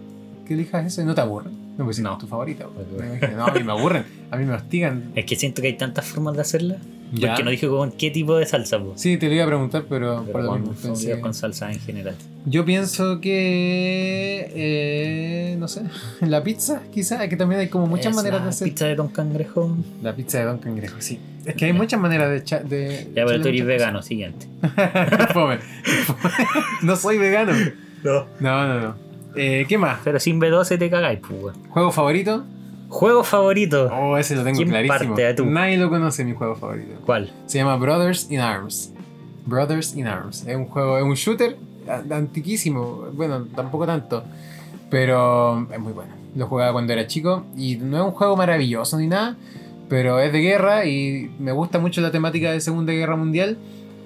Speaker 3: ¿Qué elijas eso? ¿No te aburren? No, pues no.
Speaker 1: No.
Speaker 3: es tu favorita. pues.
Speaker 1: Porque-
Speaker 3: No, dije, No, a mí me aburren. A mí me hostigan.
Speaker 1: Es que siento que hay tantas formas de hacerla. <laughs>
Speaker 3: Ya.
Speaker 1: Porque no dije con qué tipo de salsa, pues.
Speaker 3: Sí, te lo iba a preguntar, pero, por
Speaker 1: Pero
Speaker 3: lo
Speaker 1: con,
Speaker 3: mismo
Speaker 1: con
Speaker 3: pensé
Speaker 1: fideos
Speaker 3: que-
Speaker 1: con salsa en general.
Speaker 3: Yo pienso que. eh, no sé. <laughs> La pizza, quizás. Que también hay como muchas
Speaker 1: Es
Speaker 3: maneras
Speaker 1: la
Speaker 3: de hacer.
Speaker 1: Pizza de Don Cangrejo.
Speaker 3: La pizza de Don Cangrejo, sí. Es que hay muchas maneras de. echa- de
Speaker 1: Ya, pero tú
Speaker 3: echarle
Speaker 1: eres
Speaker 3: muchas
Speaker 1: vegano, siguiente.
Speaker 3: cosas. <laughs> Fome. no soy vegano.
Speaker 1: No.
Speaker 3: No, no, no. Eh, ¿Qué más?
Speaker 1: Pero sin B12 te cagáis, pues, weón.
Speaker 3: ¿Juego favorito?
Speaker 1: Juego favorito.
Speaker 3: Oh, ese lo tengo
Speaker 1: ¿Quién
Speaker 3: clarísimo.
Speaker 1: parte, tú?
Speaker 3: Nadie lo conoce, mi juego favorito.
Speaker 1: ¿Cuál?
Speaker 3: Se llama Brothers in Arms. Brothers in Arms. Es un juego, es un shooter a- antiquísimo. Bueno, tampoco tanto. Pero es muy bueno. Lo jugaba cuando era chico. Y no es un juego maravilloso ni nada. Pero es de guerra y me gusta mucho la temática de Segunda Guerra Mundial.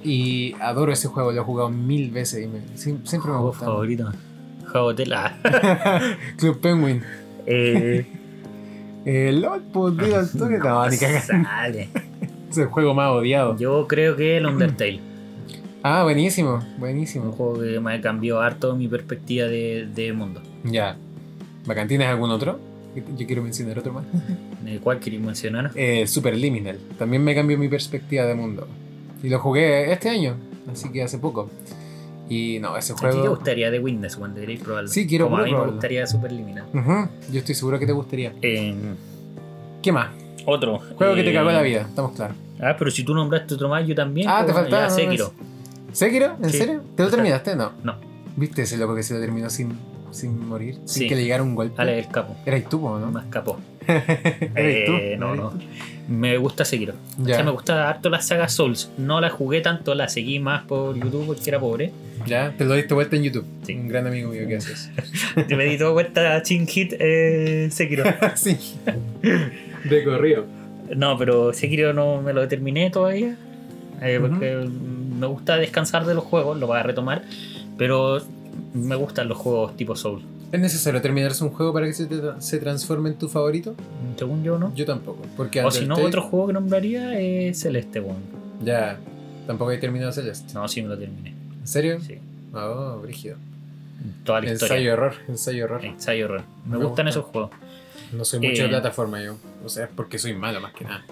Speaker 3: Y adoro ese juego, lo he jugado mil veces y me- sie- siempre me
Speaker 1: Juego
Speaker 3: gusta.
Speaker 1: favorito. Juego tela.
Speaker 3: <laughs> Club Penguin.
Speaker 1: Eh,
Speaker 3: Eh, LOL, pues digo al toque. <laughs> No, ni cagando.
Speaker 1: sale.
Speaker 3: Es el juego más odiado.
Speaker 1: Yo creo que el Undertale.
Speaker 3: Ah, buenísimo,
Speaker 1: Un
Speaker 3: buenísimo.
Speaker 1: juego que me cambió harto mi perspectiva de, de mundo.
Speaker 3: Ya. ¿Vacantinas algún otro? Yo quiero mencionar otro más. <laughs>
Speaker 1: En el cual quería mencionar.
Speaker 3: Eh, Superliminal. También me cambió mi perspectiva de mundo. Y lo jugué este año, así que hace poco. Y no, ese
Speaker 1: ¿A ti te
Speaker 3: juego.
Speaker 1: gustaría de Witness cuando queréis probarlo?
Speaker 3: Sí, quiero
Speaker 1: Como a mí me
Speaker 3: probarlo.
Speaker 1: gustaría Superliminar.
Speaker 3: Ujú, Yo estoy seguro que te gustaría.
Speaker 1: Eh,
Speaker 3: ¿Qué más?
Speaker 1: otro.
Speaker 3: Juego que te
Speaker 1: Eh,
Speaker 3: cagó la vida, estamos claros.
Speaker 1: Ah, pero si tú nombraste otro más, yo también.
Speaker 3: Ah,
Speaker 1: pues,
Speaker 3: te
Speaker 1: bueno,
Speaker 3: faltaba.
Speaker 1: Ya,
Speaker 3: no,
Speaker 1: Sekiro.
Speaker 3: no. ¿Sekiro? ¿En
Speaker 1: Sí.
Speaker 3: serio? ¿Te lo terminaste? No.
Speaker 1: No.
Speaker 3: ¿Viste ese loco que se lo terminó sin, sin morir? Sin
Speaker 1: Sí.
Speaker 3: que le llegara un golpe.
Speaker 1: Ale, escapo.
Speaker 3: Eras tú, ¿o
Speaker 1: No
Speaker 3: <laughs>
Speaker 1: me
Speaker 3: ¿no?
Speaker 1: escapó.
Speaker 3: Eras tú.
Speaker 1: Eh, no,
Speaker 3: eras
Speaker 1: no.
Speaker 3: tú.
Speaker 1: Me gusta Sekiro. O sea, me
Speaker 3: Ya.
Speaker 1: gusta harto la saga Souls. No la jugué tanto, la seguí más por YouTube porque era pobre.
Speaker 3: Ya, te lo diste vuelta en YouTube.
Speaker 1: Sí.
Speaker 3: Un gran amigo mío que hace eso.
Speaker 1: Y me di todo cuenta Chin Hit eh, Sekiro.
Speaker 3: sí. De corrido.
Speaker 1: No, pero Sekiro no me lo terminé todavía. eh,
Speaker 3: Ujú.
Speaker 1: Porque mm, me gusta descansar de los juegos, lo voy a retomar. Pero me gustan los juegos tipo Souls.
Speaker 3: ¿Es necesario terminarse un juego para que se, te tra- se transforme en tu favorito?
Speaker 1: Según yo, ¿no?
Speaker 3: Yo tampoco. Porque
Speaker 1: O si no,
Speaker 3: Undertale-
Speaker 1: otro juego que nombraría es Celeste, weón.
Speaker 3: Ya, tampoco he terminado Celeste.
Speaker 1: No, sí me lo terminé.
Speaker 3: ¿En serio?
Speaker 1: Sí.
Speaker 3: Oh, brígido.
Speaker 1: Toda la
Speaker 3: Ensayo
Speaker 1: historia.
Speaker 3: error, ensayo error.
Speaker 1: Ensayo error. Me,
Speaker 3: Me
Speaker 1: gustan
Speaker 3: gusta.
Speaker 1: esos juegos.
Speaker 3: No soy mucho de
Speaker 1: Eh.
Speaker 3: plataforma yo. O sea, es porque soy malo más que nada.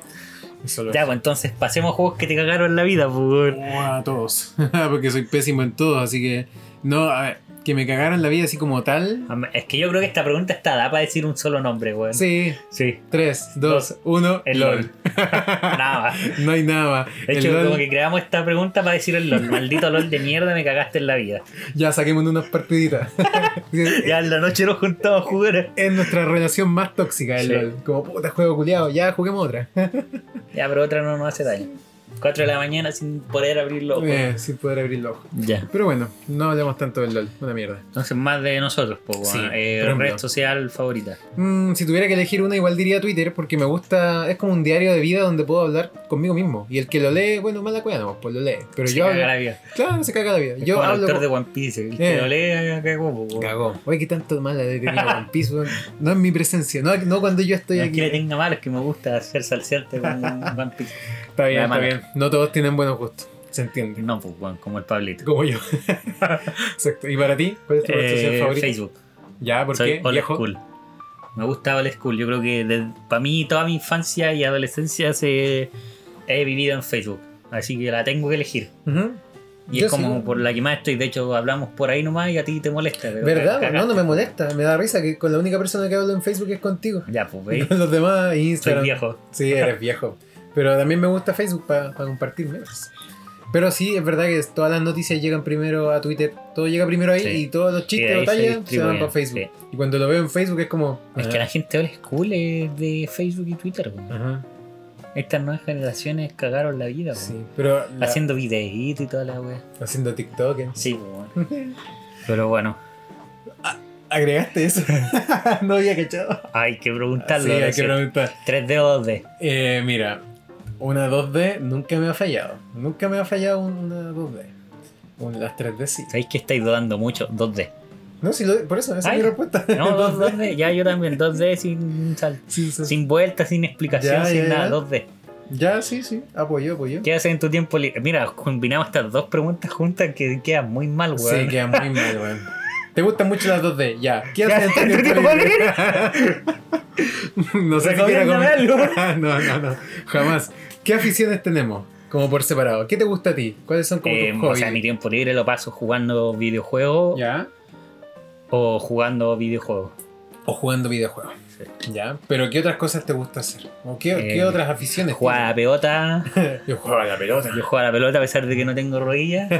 Speaker 3: Solo
Speaker 1: Ya,
Speaker 3: eso.
Speaker 1: pues entonces pasemos a juegos que te cagaron la vida, pues.
Speaker 3: a todos. <laughs> Porque soy pésimo en todos, así que. No, a ver, que me cagaron la vida así como tal.
Speaker 1: Es que yo creo que esta pregunta está da para decir un solo nombre, weón.
Speaker 3: Sí.
Speaker 1: Sí,
Speaker 3: 3, 2, 1,
Speaker 1: el
Speaker 3: LOL.
Speaker 1: LOL. Nada más.
Speaker 3: <laughs> No hay nada más.
Speaker 1: De
Speaker 3: El
Speaker 1: hecho,
Speaker 3: LOL,
Speaker 1: como que creamos esta pregunta para decir el
Speaker 3: <laughs>
Speaker 1: LOL. Maldito LOL de mierda, me cagaste en la vida.
Speaker 3: Ya saquemos unas partiditas.
Speaker 1: <laughs> Ya en la noche nos juntamos a jugar.
Speaker 3: es nuestra relación más tóxica, el
Speaker 1: Sí.
Speaker 3: LOL. Como puta juego culiado, ya juguemos otra.
Speaker 1: Ya, pero otra no nos hace daño. 4 de la mañana sin poder abrir los ojos.
Speaker 3: Eh, sin poder abrir los ojos.
Speaker 1: Ya.
Speaker 3: Pero bueno, no hablemos tanto del LOL, una mierda.
Speaker 1: Entonces, más de nosotros, pues,
Speaker 3: Sí, por
Speaker 1: eh,
Speaker 3: ejemplo.
Speaker 1: red social favorita.
Speaker 3: Mm, si tuviera que elegir una, igual diría Twitter, porque me gusta. Es como un diario de vida donde puedo hablar conmigo mismo. Y el que lo lee, bueno, mala cueva, no, pues lo lee. Pero
Speaker 1: Se
Speaker 3: yo.
Speaker 1: caga
Speaker 3: hablo-
Speaker 1: la vida.
Speaker 3: Claro, se caga la vida.
Speaker 1: Es
Speaker 3: Yo
Speaker 1: como el
Speaker 3: hablo.
Speaker 1: autor
Speaker 3: con-
Speaker 1: de One Piece. El que
Speaker 3: Eh.
Speaker 1: lo lea, cagó, pues. weón.
Speaker 3: Cagó. Oye, qué tanto mala de tener One Piece, weón. No en mi presencia, no, no cuando yo estoy
Speaker 1: No es
Speaker 3: aquí.
Speaker 1: que le tenga mal, es que me gusta hacer salsearte con One Piece. <laughs>
Speaker 3: Está bien,
Speaker 1: La
Speaker 3: está
Speaker 1: mala.
Speaker 3: bien. No todos tienen buenos gustos. Se entiende.
Speaker 1: No, pues, weón, como el Pablito.
Speaker 3: Como yo. <laughs> Exacto. ¿Y para ti? ¿Cuál es tu red social
Speaker 1: Eh,
Speaker 3: favorita?
Speaker 1: Facebook.
Speaker 3: Ya, ¿por
Speaker 1: Soy
Speaker 3: qué?
Speaker 1: old
Speaker 3: viejo?
Speaker 1: school. Me gusta old school. Yo creo que para mí toda mi infancia y adolescencia se he vivido en Facebook. Así que la tengo que elegir.
Speaker 3: Ujú.
Speaker 1: Y
Speaker 3: Yo
Speaker 1: es como
Speaker 3: sí.
Speaker 1: por la que más estoy. De hecho, hablamos por ahí nomás y a ti te molesta. pero
Speaker 3: ¿Verdad?
Speaker 1: te
Speaker 3: No, no
Speaker 1: cagaste.
Speaker 3: me molesta. Me da risa que con la única persona que hablo en Facebook es contigo.
Speaker 1: Ya, pues
Speaker 3: Y <laughs>
Speaker 1: veis.
Speaker 3: Con los demás, Instagram.
Speaker 1: Soy viejo.
Speaker 3: Sí, eres viejo. Pero también me gusta Facebook para compartir memes. Pero sí, es verdad que todas las noticias llegan primero a Twitter. Todo llega primero ahí
Speaker 1: Sí.
Speaker 3: y todos los
Speaker 1: Y
Speaker 3: chistes
Speaker 1: ahí
Speaker 3: o
Speaker 1: se
Speaker 3: tallas se, van
Speaker 1: distribuyen,
Speaker 3: para Facebook. Y cuando lo veo en Facebook es como. ah,
Speaker 1: Es que la gente old school es de Facebook y Twitter. weón.
Speaker 3: Ajá.
Speaker 1: Estas nuevas generaciones cagaron la vida. weón.
Speaker 3: Sí, pero la- haciendo,
Speaker 1: Haciendo videitos y toda la wea.
Speaker 3: TikTok. ¿eh?
Speaker 1: Sí, pues, weón. <laughs> Pero bueno,
Speaker 3: ¿Agregaste eso? <laughs> no había cachado.
Speaker 1: hay que preguntarlo.
Speaker 3: Sí, hay que
Speaker 1: recién.
Speaker 3: preguntar.
Speaker 1: 3D o 2D.
Speaker 3: Eh, mira, una 2D nunca me ha fallado. Nunca me ha fallado una 2D. Un- las 3D sí.
Speaker 1: Sabéis que estáis dudando mucho.
Speaker 3: <laughs>
Speaker 1: 2D.
Speaker 3: No, sí, lo- por eso, esa
Speaker 1: Ay.
Speaker 3: es mi respuesta.
Speaker 1: No,
Speaker 3: <laughs>
Speaker 1: 2D.
Speaker 3: 2D.
Speaker 1: Ya yo también. 2D sin sal-
Speaker 3: Sí, sí.
Speaker 1: Sin vuelta, sin explicación,
Speaker 3: Ya,
Speaker 1: sin
Speaker 3: ya,
Speaker 1: nada.
Speaker 3: ya.
Speaker 1: 2D.
Speaker 3: Ya, sí, sí. Apoyo, apoyo.
Speaker 1: ¿Qué haces en tu tiempo libre? Mira, combinamos estas dos preguntas juntas que quedan muy mal,
Speaker 3: Sí,
Speaker 1: weón.
Speaker 3: queda muy mal, weón. Te gustan mucho las 2D, ya.
Speaker 1: <laughs>
Speaker 3: ¿Qué
Speaker 1: Ya,
Speaker 3: haces en tu
Speaker 1: ¿tú
Speaker 3: tiempo
Speaker 1: te
Speaker 3: libre? <laughs> No sé qué quiera
Speaker 1: Recomiéndame
Speaker 3: comer. <laughs> no, no, no. Jamás. ¿Qué aficiones tenemos? Como por separado. ¿Qué te gusta a ti? ¿Cuáles son como
Speaker 1: Eh,
Speaker 3: tus
Speaker 1: o
Speaker 3: hobbies?
Speaker 1: sea, mi tiempo libre lo paso jugando videojuegos
Speaker 3: Ya.
Speaker 1: o jugando videojuegos.
Speaker 3: O jugando videojuegos. Ya. Pero ¿qué otras cosas te gusta hacer? ¿O qué,
Speaker 1: Eh,
Speaker 3: qué otras aficiones?
Speaker 1: Jugar a la pelota,
Speaker 3: <laughs> tienes? Yo juego a la pelota.
Speaker 1: yo juego a la pelota a pesar de que no tengo
Speaker 3: <laughs>
Speaker 1: rodillas.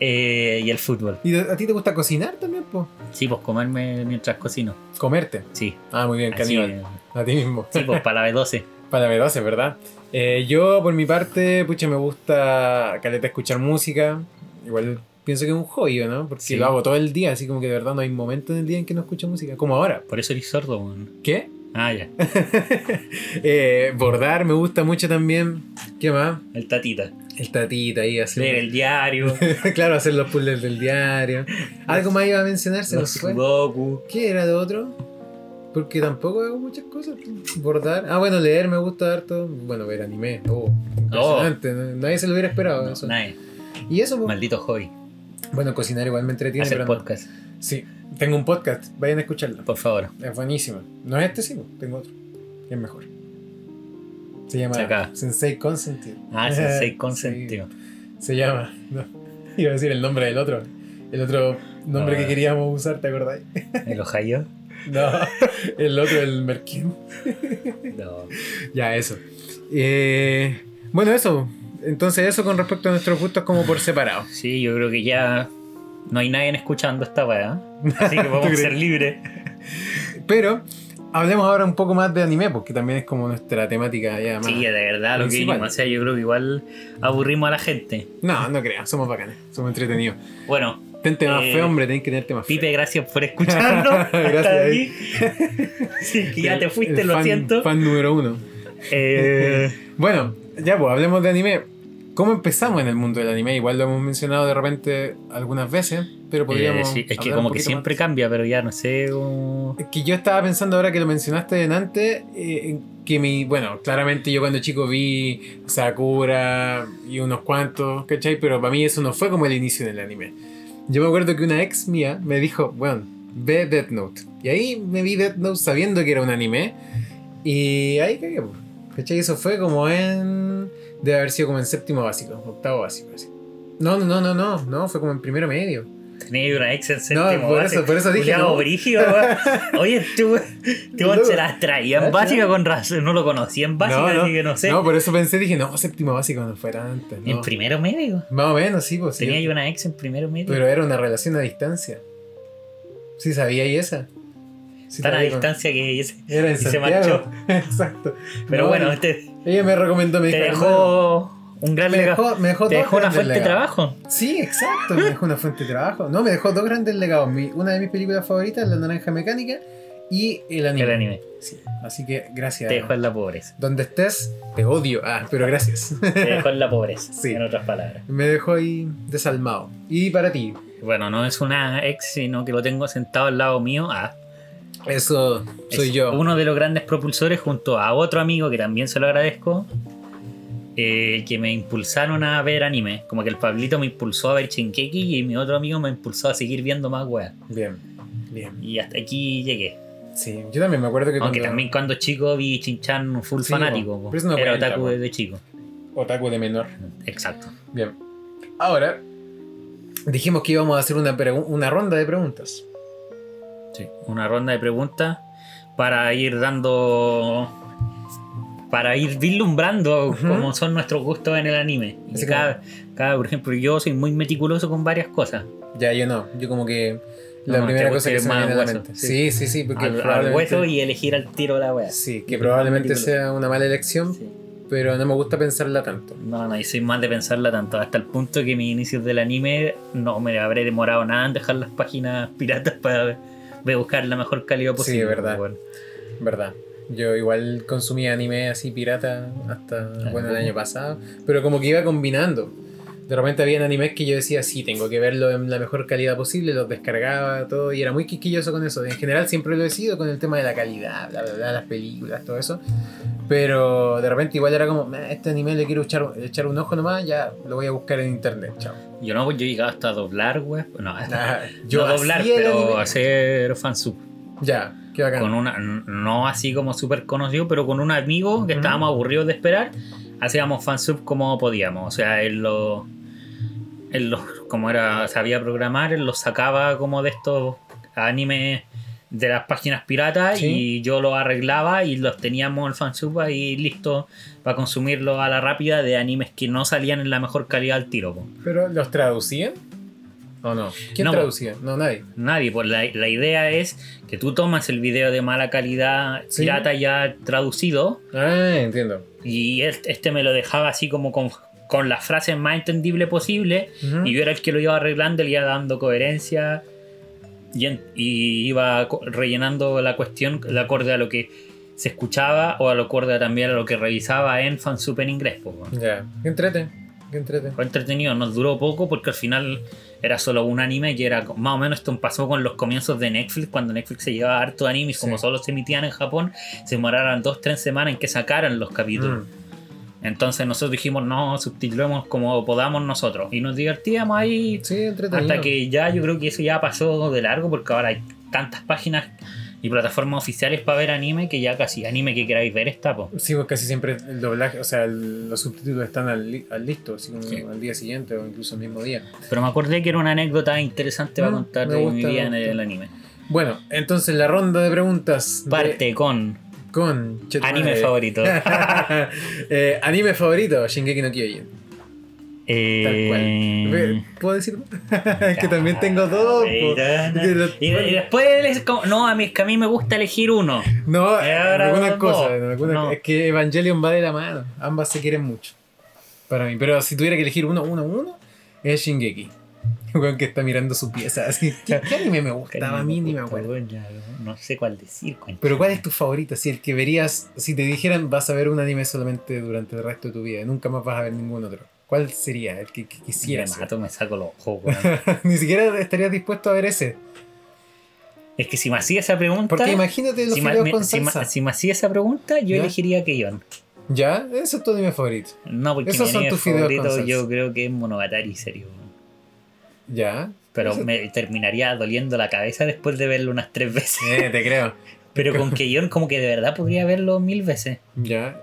Speaker 1: Eh, y el fútbol.
Speaker 3: ¿Y a ti te gusta cocinar también, po?
Speaker 1: Sí, pues comerme mientras cocino.
Speaker 3: Comerte.
Speaker 1: Sí.
Speaker 3: Ah, muy bien,
Speaker 1: Así,
Speaker 3: caníbal. A ti mismo.
Speaker 1: sí, pues para la B12.
Speaker 3: <laughs> Para la B12, ¿verdad? Eh, yo, por mi parte, pucha, me gusta caleta escuchar música. Igual pienso que es un hobby, ¿no? Porque
Speaker 1: Sí.
Speaker 3: lo hago todo el día, así como que de verdad no hay momento en el día en que no escucho música. Como ahora.
Speaker 1: Por eso eres sordo, weón.
Speaker 3: ¿Qué?
Speaker 1: Ah, ya.
Speaker 3: Eh, bordar me gusta mucho también. ¿Qué más?
Speaker 1: El tatita.
Speaker 3: El tatito ahí, hacer.
Speaker 1: Leer el
Speaker 3: <laughs>
Speaker 1: diario,
Speaker 3: claro, hacer los puzzles del diario. ¿Algo más iba a mencionar? Se
Speaker 1: los
Speaker 3: nos fue.
Speaker 1: sudoku.
Speaker 3: ¿Qué era lo otro? Porque tampoco hago muchas cosas. Bordar. Ah, bueno, leer me gusta harto. Bueno, ver anime. Oh, impresionante. ¿no? Nadie se lo hubiera esperado.
Speaker 1: Oh. No,
Speaker 3: eso.
Speaker 1: nadie.
Speaker 3: Y eso, pues.
Speaker 1: Maldito hobby.
Speaker 3: Bueno, cocinar igual me entretiene.
Speaker 1: Hacer
Speaker 3: pero no.
Speaker 1: podcast.
Speaker 3: Sí, tengo un podcast. Vayan a escucharlo.
Speaker 1: Por favor,
Speaker 3: Es buenísimo. No es este, sino tengo otro. Que es mejor. Se llama
Speaker 1: Acá.
Speaker 3: Sensei Consentido. <laughs>
Speaker 1: ah, sensei consentido.
Speaker 3: Se llama. No, iba a decir el nombre del otro. El otro nombre
Speaker 1: Ah.
Speaker 3: que queríamos usar,
Speaker 1: <laughs>
Speaker 3: ¿te acordáis?
Speaker 1: ¿El Ohio?
Speaker 3: No, el otro, el Merkin.
Speaker 1: No.
Speaker 3: Ya, eso. Eh, bueno, eso. Entonces, eso con respecto a nuestros gustos como por separado.
Speaker 1: Sí, yo creo que ya no hay nadie escuchando esta weá. Así
Speaker 3: <laughs>
Speaker 1: que vamos a
Speaker 3: crees?
Speaker 1: ser libres.
Speaker 3: Pero hablemos ahora un poco más de anime, porque también es como nuestra temática ya más.
Speaker 1: Sí, eh. de verdad, lo que
Speaker 3: Principal.
Speaker 1: vinimos. O sea, yo creo que igual aburrimos a la gente.
Speaker 3: No, no creas, somos bacanes, somos entretenidos.
Speaker 1: Bueno,
Speaker 3: Tente más
Speaker 1: Eh,
Speaker 3: feo, hombre, tenés que tenerte más feo.
Speaker 1: Pipe, gracias por
Speaker 3: <laughs>
Speaker 1: escucharnos. Hasta
Speaker 3: Gracias,
Speaker 1: aquí. <laughs> Sí, que ya
Speaker 3: El-
Speaker 1: te fuiste,
Speaker 3: el
Speaker 1: lo
Speaker 3: fan-
Speaker 1: siento.
Speaker 3: Fan número uno.
Speaker 1: Eh,
Speaker 3: Bueno, ya pues, hablemos de anime. ¿Cómo empezamos en el mundo del anime? Igual lo hemos mencionado de repente algunas veces, pero <laughs> podríamos.
Speaker 1: eh, sí, es que
Speaker 3: hablar un
Speaker 1: como que
Speaker 3: poquito
Speaker 1: siempre
Speaker 3: más.
Speaker 1: cambia, pero ya no sé cómo.
Speaker 3: Es que yo estaba pensando ahora que lo mencionaste en antes, eh, que mi, bueno, claramente yo cuando chico vi Sakura y unos cuantos, ¿cachai? Pero para mí eso no fue como el inicio del anime. Yo me acuerdo que una ex mía me dijo, bueno, ve Death Note. Y ahí me vi Death Note sabiendo que era un anime. Y ahí cagué. po. ¿Cachai? Eso fue como en. Debe haber sido como en séptimo básico, octavo básico. Así. No, no, no, no, no, fue como en primero medio.
Speaker 1: Tenía una ex en
Speaker 3: No,
Speaker 1: séptimo
Speaker 3: por eso- por eso dije,
Speaker 1: Culeado
Speaker 3: no.
Speaker 1: brígido, weón.
Speaker 3: <laughs>
Speaker 1: Oye, tú, tú
Speaker 3: Loco.
Speaker 1: se las traía en
Speaker 3: Cacha.
Speaker 1: básica con razón. No lo conocía en básica,
Speaker 3: Ah, no,
Speaker 1: así que no sé.
Speaker 3: No, por eso pensé, dije, no, séptimo básico no fuera antes. no.
Speaker 1: En primero medio.
Speaker 3: Más o menos, sí, pues. sí.
Speaker 1: Tenía yo una ex en primero medio.
Speaker 3: Pero era una relación a distancia. Sí, sabía y esa. Sí,
Speaker 1: Tan a
Speaker 3: sabía con-
Speaker 1: distancia que ese-
Speaker 3: Era en
Speaker 1: y se
Speaker 3: Santiago.
Speaker 1: marchó.
Speaker 3: <laughs> Exacto.
Speaker 1: Pero
Speaker 3: No,
Speaker 1: bueno,
Speaker 3: y-
Speaker 1: te,
Speaker 3: ella me recomendó, me
Speaker 1: te
Speaker 3: dijo, "Hermano,
Speaker 1: dejó un gran
Speaker 3: me
Speaker 1: legado.
Speaker 3: dejó, me dejó
Speaker 1: Te
Speaker 3: dos
Speaker 1: dejó una
Speaker 3: grandes
Speaker 1: fuente de
Speaker 3: legados.
Speaker 1: trabajo.
Speaker 3: Sí, exacto, me dejó una fuente de trabajo. No, me dejó dos grandes legados. Mi- una de mis películas favoritas, La Naranja Mecánica y el anime.
Speaker 1: El anime.
Speaker 3: Sí, así que gracias.
Speaker 1: Te dejó en la pobreza.
Speaker 3: Donde estés, te odio. Ah, pero gracias. <laughs>
Speaker 1: Te dejó en la pobreza,
Speaker 3: Sí.
Speaker 1: en otras palabras.
Speaker 3: me dejó ahí desalmado. Y para ti,
Speaker 1: Bueno, no es una ex, sino que lo tengo sentado al lado mío. Ah,
Speaker 3: eso
Speaker 1: es
Speaker 3: soy yo.
Speaker 1: Uno de los grandes propulsores junto a otro amigo que también se lo agradezco. eh, que me impulsaron a ver anime. Como que el Pablito me impulsó a ver Chinkeki y mi otro amigo me impulsó a seguir viendo más weas.
Speaker 3: Bien, bien.
Speaker 1: Y hasta aquí llegué.
Speaker 3: Sí, yo también me acuerdo que
Speaker 1: Aunque
Speaker 3: cuando-
Speaker 1: también cuando chico vi Chinchan full
Speaker 3: Sí,
Speaker 1: fanático.
Speaker 3: po.
Speaker 1: po.
Speaker 3: Pero eso no
Speaker 1: Era
Speaker 3: cuenta,
Speaker 1: otaku
Speaker 3: po.
Speaker 1: desde chico.
Speaker 3: Otaku de menor.
Speaker 1: Exacto.
Speaker 3: Bien. Ahora, dijimos que íbamos a hacer una, pregu- una ronda de preguntas.
Speaker 1: Sí, una ronda de preguntas para ir dando. para ir vislumbrando
Speaker 3: Ujú.
Speaker 1: cómo son nuestros gustos en el anime. Y
Speaker 3: Así
Speaker 1: cada, cada- por ejemplo, yo soy muy meticuloso con varias cosas.
Speaker 3: Ya, yo no. Yo como que la
Speaker 1: No,
Speaker 3: primera
Speaker 1: te
Speaker 3: cosa que
Speaker 1: gusta
Speaker 3: se me
Speaker 1: más
Speaker 3: viene a la
Speaker 1: hueso,
Speaker 3: mente.
Speaker 1: sí.
Speaker 3: Sí, sí, sí, porque
Speaker 1: Al, al
Speaker 3: probablemente...
Speaker 1: hueso y elegir al tiro la wea.
Speaker 3: Sí, que probablemente sea una mala elección,
Speaker 1: Sí.
Speaker 3: pero no me gusta pensarla tanto.
Speaker 1: No, no, y soy más de pensarla tanto, hasta el punto que mis inicios del anime no me habré demorado nada en dejar las páginas piratas para ver- buscar la mejor calidad
Speaker 3: Sí,
Speaker 1: posible.
Speaker 3: verdad.
Speaker 1: weón.
Speaker 3: Verdad. Yo igual consumía anime así pirata hasta bueno, el
Speaker 1: Ajá.
Speaker 3: año pasado, pero como que iba combinando. De repente había animes que yo decía, sí, tengo que verlo en la mejor calidad posible, los descargaba, todo, y era muy quisquilloso con eso. En general siempre lo he sido con el tema de la calidad, bla, bla, bla, las películas, todo eso. Pero de repente igual era como, "Ah, este anime le quiero echar, echar un ojo nomás, ya lo voy a buscar en internet,
Speaker 1: <laughs>
Speaker 3: chao.
Speaker 1: Yo no, yo llegaba hasta a doblar, weón. No,
Speaker 3: Nah,
Speaker 1: yo
Speaker 3: hacía
Speaker 1: doblar,
Speaker 3: el
Speaker 1: pero
Speaker 3: anime.
Speaker 1: hacer fansub.
Speaker 3: Ya, qué bacán.
Speaker 1: Con una, n- no así como súper conocido, pero con un amigo que
Speaker 3: Ujú.
Speaker 1: estábamos aburridos de esperar, hacíamos fansub como podíamos. O sea, él lo. Él lo, como era, sabía programar, él lo sacaba como de estos animes de las páginas piratas
Speaker 3: Sí.
Speaker 1: y yo lo arreglaba y los teníamos el fansub ahí listo para consumirlo a la rápida de animes que no salían en la mejor calidad al tiro. po.
Speaker 3: ¿Pero los traducían? ¿O no? ¿Quién
Speaker 1: No, pues. po.
Speaker 3: traducía? No, nadie.
Speaker 1: Nadie, pues la, la idea es que tú tomas el video de mala calidad
Speaker 3: Sí.
Speaker 1: pirata ya traducido
Speaker 3: Ah, entiendo.
Speaker 1: y el- este me lo dejaba así como con, con las frases más entendible posible
Speaker 3: Ujú.
Speaker 1: y yo era el que lo iba arreglando, le iba dando coherencia y, en- y iba co- rellenando la cuestión de acorde a lo que se escuchaba o al acorde también a lo que revisaba en fansub en inglés. po.
Speaker 3: Ya, que entrete, que entrete.
Speaker 1: Fue entretenido, nos duró poco porque al final era solo un anime que era co- más o menos esto pasó con los comienzos de Netflix, cuando Netflix se llevaba harto de anime y como
Speaker 3: Sí.
Speaker 1: solo se emitían en Japón, se demoraron dos, tres semanas en que sacaran los
Speaker 3: Mm.
Speaker 1: capítulos. Entonces nosotros dijimos, no, subtitulemos como podamos nosotros. Y nos divertíamos ahí
Speaker 3: Sí, entretenido.
Speaker 1: hasta que ya yo creo que eso ya pasó de largo porque ahora hay tantas páginas y plataformas oficiales para ver anime que ya casi anime que queráis ver está, po.
Speaker 3: Sí, pues casi siempre el doblaje, o sea, el- los subtítulos están al, li- al listo, así como
Speaker 1: Sí.
Speaker 3: al día siguiente o incluso el mismo día.
Speaker 1: Pero me acordé que era una anécdota interesante para
Speaker 3: Mm,
Speaker 1: contar
Speaker 3: me
Speaker 1: de mi
Speaker 3: gusta, me
Speaker 1: vida en
Speaker 3: gusta.
Speaker 1: el anime.
Speaker 3: Bueno, entonces la ronda de preguntas. de-
Speaker 1: Parte con
Speaker 3: con Chetumare. <laughs>
Speaker 1: Anime favorito.
Speaker 3: Eh, anime favorito, Shingeki no Kyojin. Tal cual. Ve,
Speaker 1: Eh,
Speaker 3: ¿Puedo decirlo? <laughs> Es que también tengo dos. po. De la-
Speaker 1: Y, y después él es como, no, a mí, es que a mí me gusta elegir uno.
Speaker 3: No,
Speaker 1: Y
Speaker 3: en
Speaker 1: ahora
Speaker 3: algunas
Speaker 1: dos.
Speaker 3: cosas. en algunas-
Speaker 1: No.
Speaker 3: Es que Evangelion va de la mano. Ambas se quieren mucho. Para mí. Pero si tuviera que elegir uno, uno, uno, es Shingeki. <laughs> El weón que está mirando su pieza. Así, ¿qué, qué anime me gustaba a mí? Ni me acuerdo.
Speaker 1: No sé cuál decir, concha.
Speaker 3: Pero ¿cuál es tu favorito? Si el que verías, si te dijeran vas a ver un anime solamente durante el resto de tu vida, nunca más vas a ver ningún otro. ¿Cuál sería el que, que
Speaker 1: me
Speaker 3: quisieras?
Speaker 1: mato, me saco los ojos. weón.
Speaker 3: <laughs> Ni siquiera estarías dispuesto a ver ese.
Speaker 1: es que si me hacía esa pregunta.
Speaker 3: Porque imagínate los
Speaker 1: si, me,
Speaker 3: fideos
Speaker 1: me-
Speaker 3: con
Speaker 1: si me-
Speaker 3: salsa.
Speaker 1: si me hacía esa pregunta, yo
Speaker 3: ¿Ya?
Speaker 1: elegiría Keyon.
Speaker 3: ¿Ya? Ese es tu anime favorito.
Speaker 1: No, porque
Speaker 3: Esos
Speaker 1: mi
Speaker 3: son
Speaker 1: anime
Speaker 3: tus fideos con
Speaker 1: favorito
Speaker 3: salsa.
Speaker 1: yo creo que es Monogatari, serio. weón.
Speaker 3: ¿Ya?
Speaker 1: Pero
Speaker 3: Ese-
Speaker 1: me terminaría doliendo la cabeza después de verlo unas tres veces. <laughs>
Speaker 3: Eh, te creo.
Speaker 1: Pero con Keyon como que de verdad podría verlo mil veces.
Speaker 3: Ya.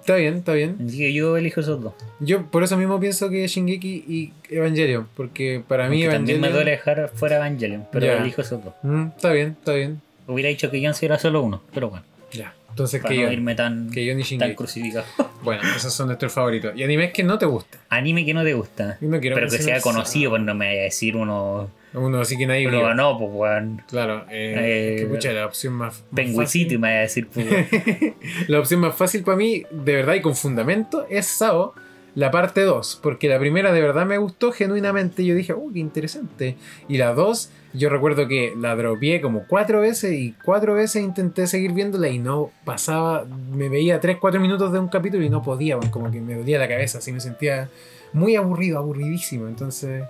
Speaker 3: Está bien, está bien.
Speaker 1: Así que yo elijo esos dos.
Speaker 3: Yo por eso mismo pienso que Shingeki y Evangelion. Porque para mí
Speaker 1: Aunque también
Speaker 3: Evangelion.
Speaker 1: me duele dejar fuera Evangelion, pero
Speaker 3: Ya.
Speaker 1: elijo esos dos.
Speaker 3: Mm, está bien, está bien.
Speaker 1: Hubiera dicho que John si era solo uno, pero bueno,
Speaker 3: Ya. Entonces
Speaker 1: para
Speaker 3: que yo,
Speaker 1: no irme tan,
Speaker 3: que yo ni
Speaker 1: tan
Speaker 3: Shingeki.
Speaker 1: crucificado.
Speaker 3: Bueno, esos son nuestros favoritos. Y animes que no te gustan.
Speaker 1: Anime que no te gusta,
Speaker 3: Yo no quiero
Speaker 1: pero que sea
Speaker 3: mencionar-
Speaker 1: conocido, pues no me vaya a decir uno,
Speaker 3: Uno así que nadie
Speaker 1: uno
Speaker 3: obliga.
Speaker 1: no, pues weón.
Speaker 3: Claro, eh,
Speaker 1: Eh,
Speaker 3: que pucha, la opción más. más
Speaker 1: Penguicito y me vaya a decir, pues weón.
Speaker 3: fácil- la opción más fácil para mí, de verdad y con fundamento, es Sao, la parte 2. Porque la primera de verdad me gustó genuinamente. Yo dije, uh, qué interesante. Y la 2, yo recuerdo que la dropié como cuatro veces y cuatro veces intenté seguir viéndola y no pasaba. Me veía 3-4 minutos de un capítulo y no podía, bueno, como que me dolía la cabeza. Así me sentía muy aburrido, aburridísimo. Entonces,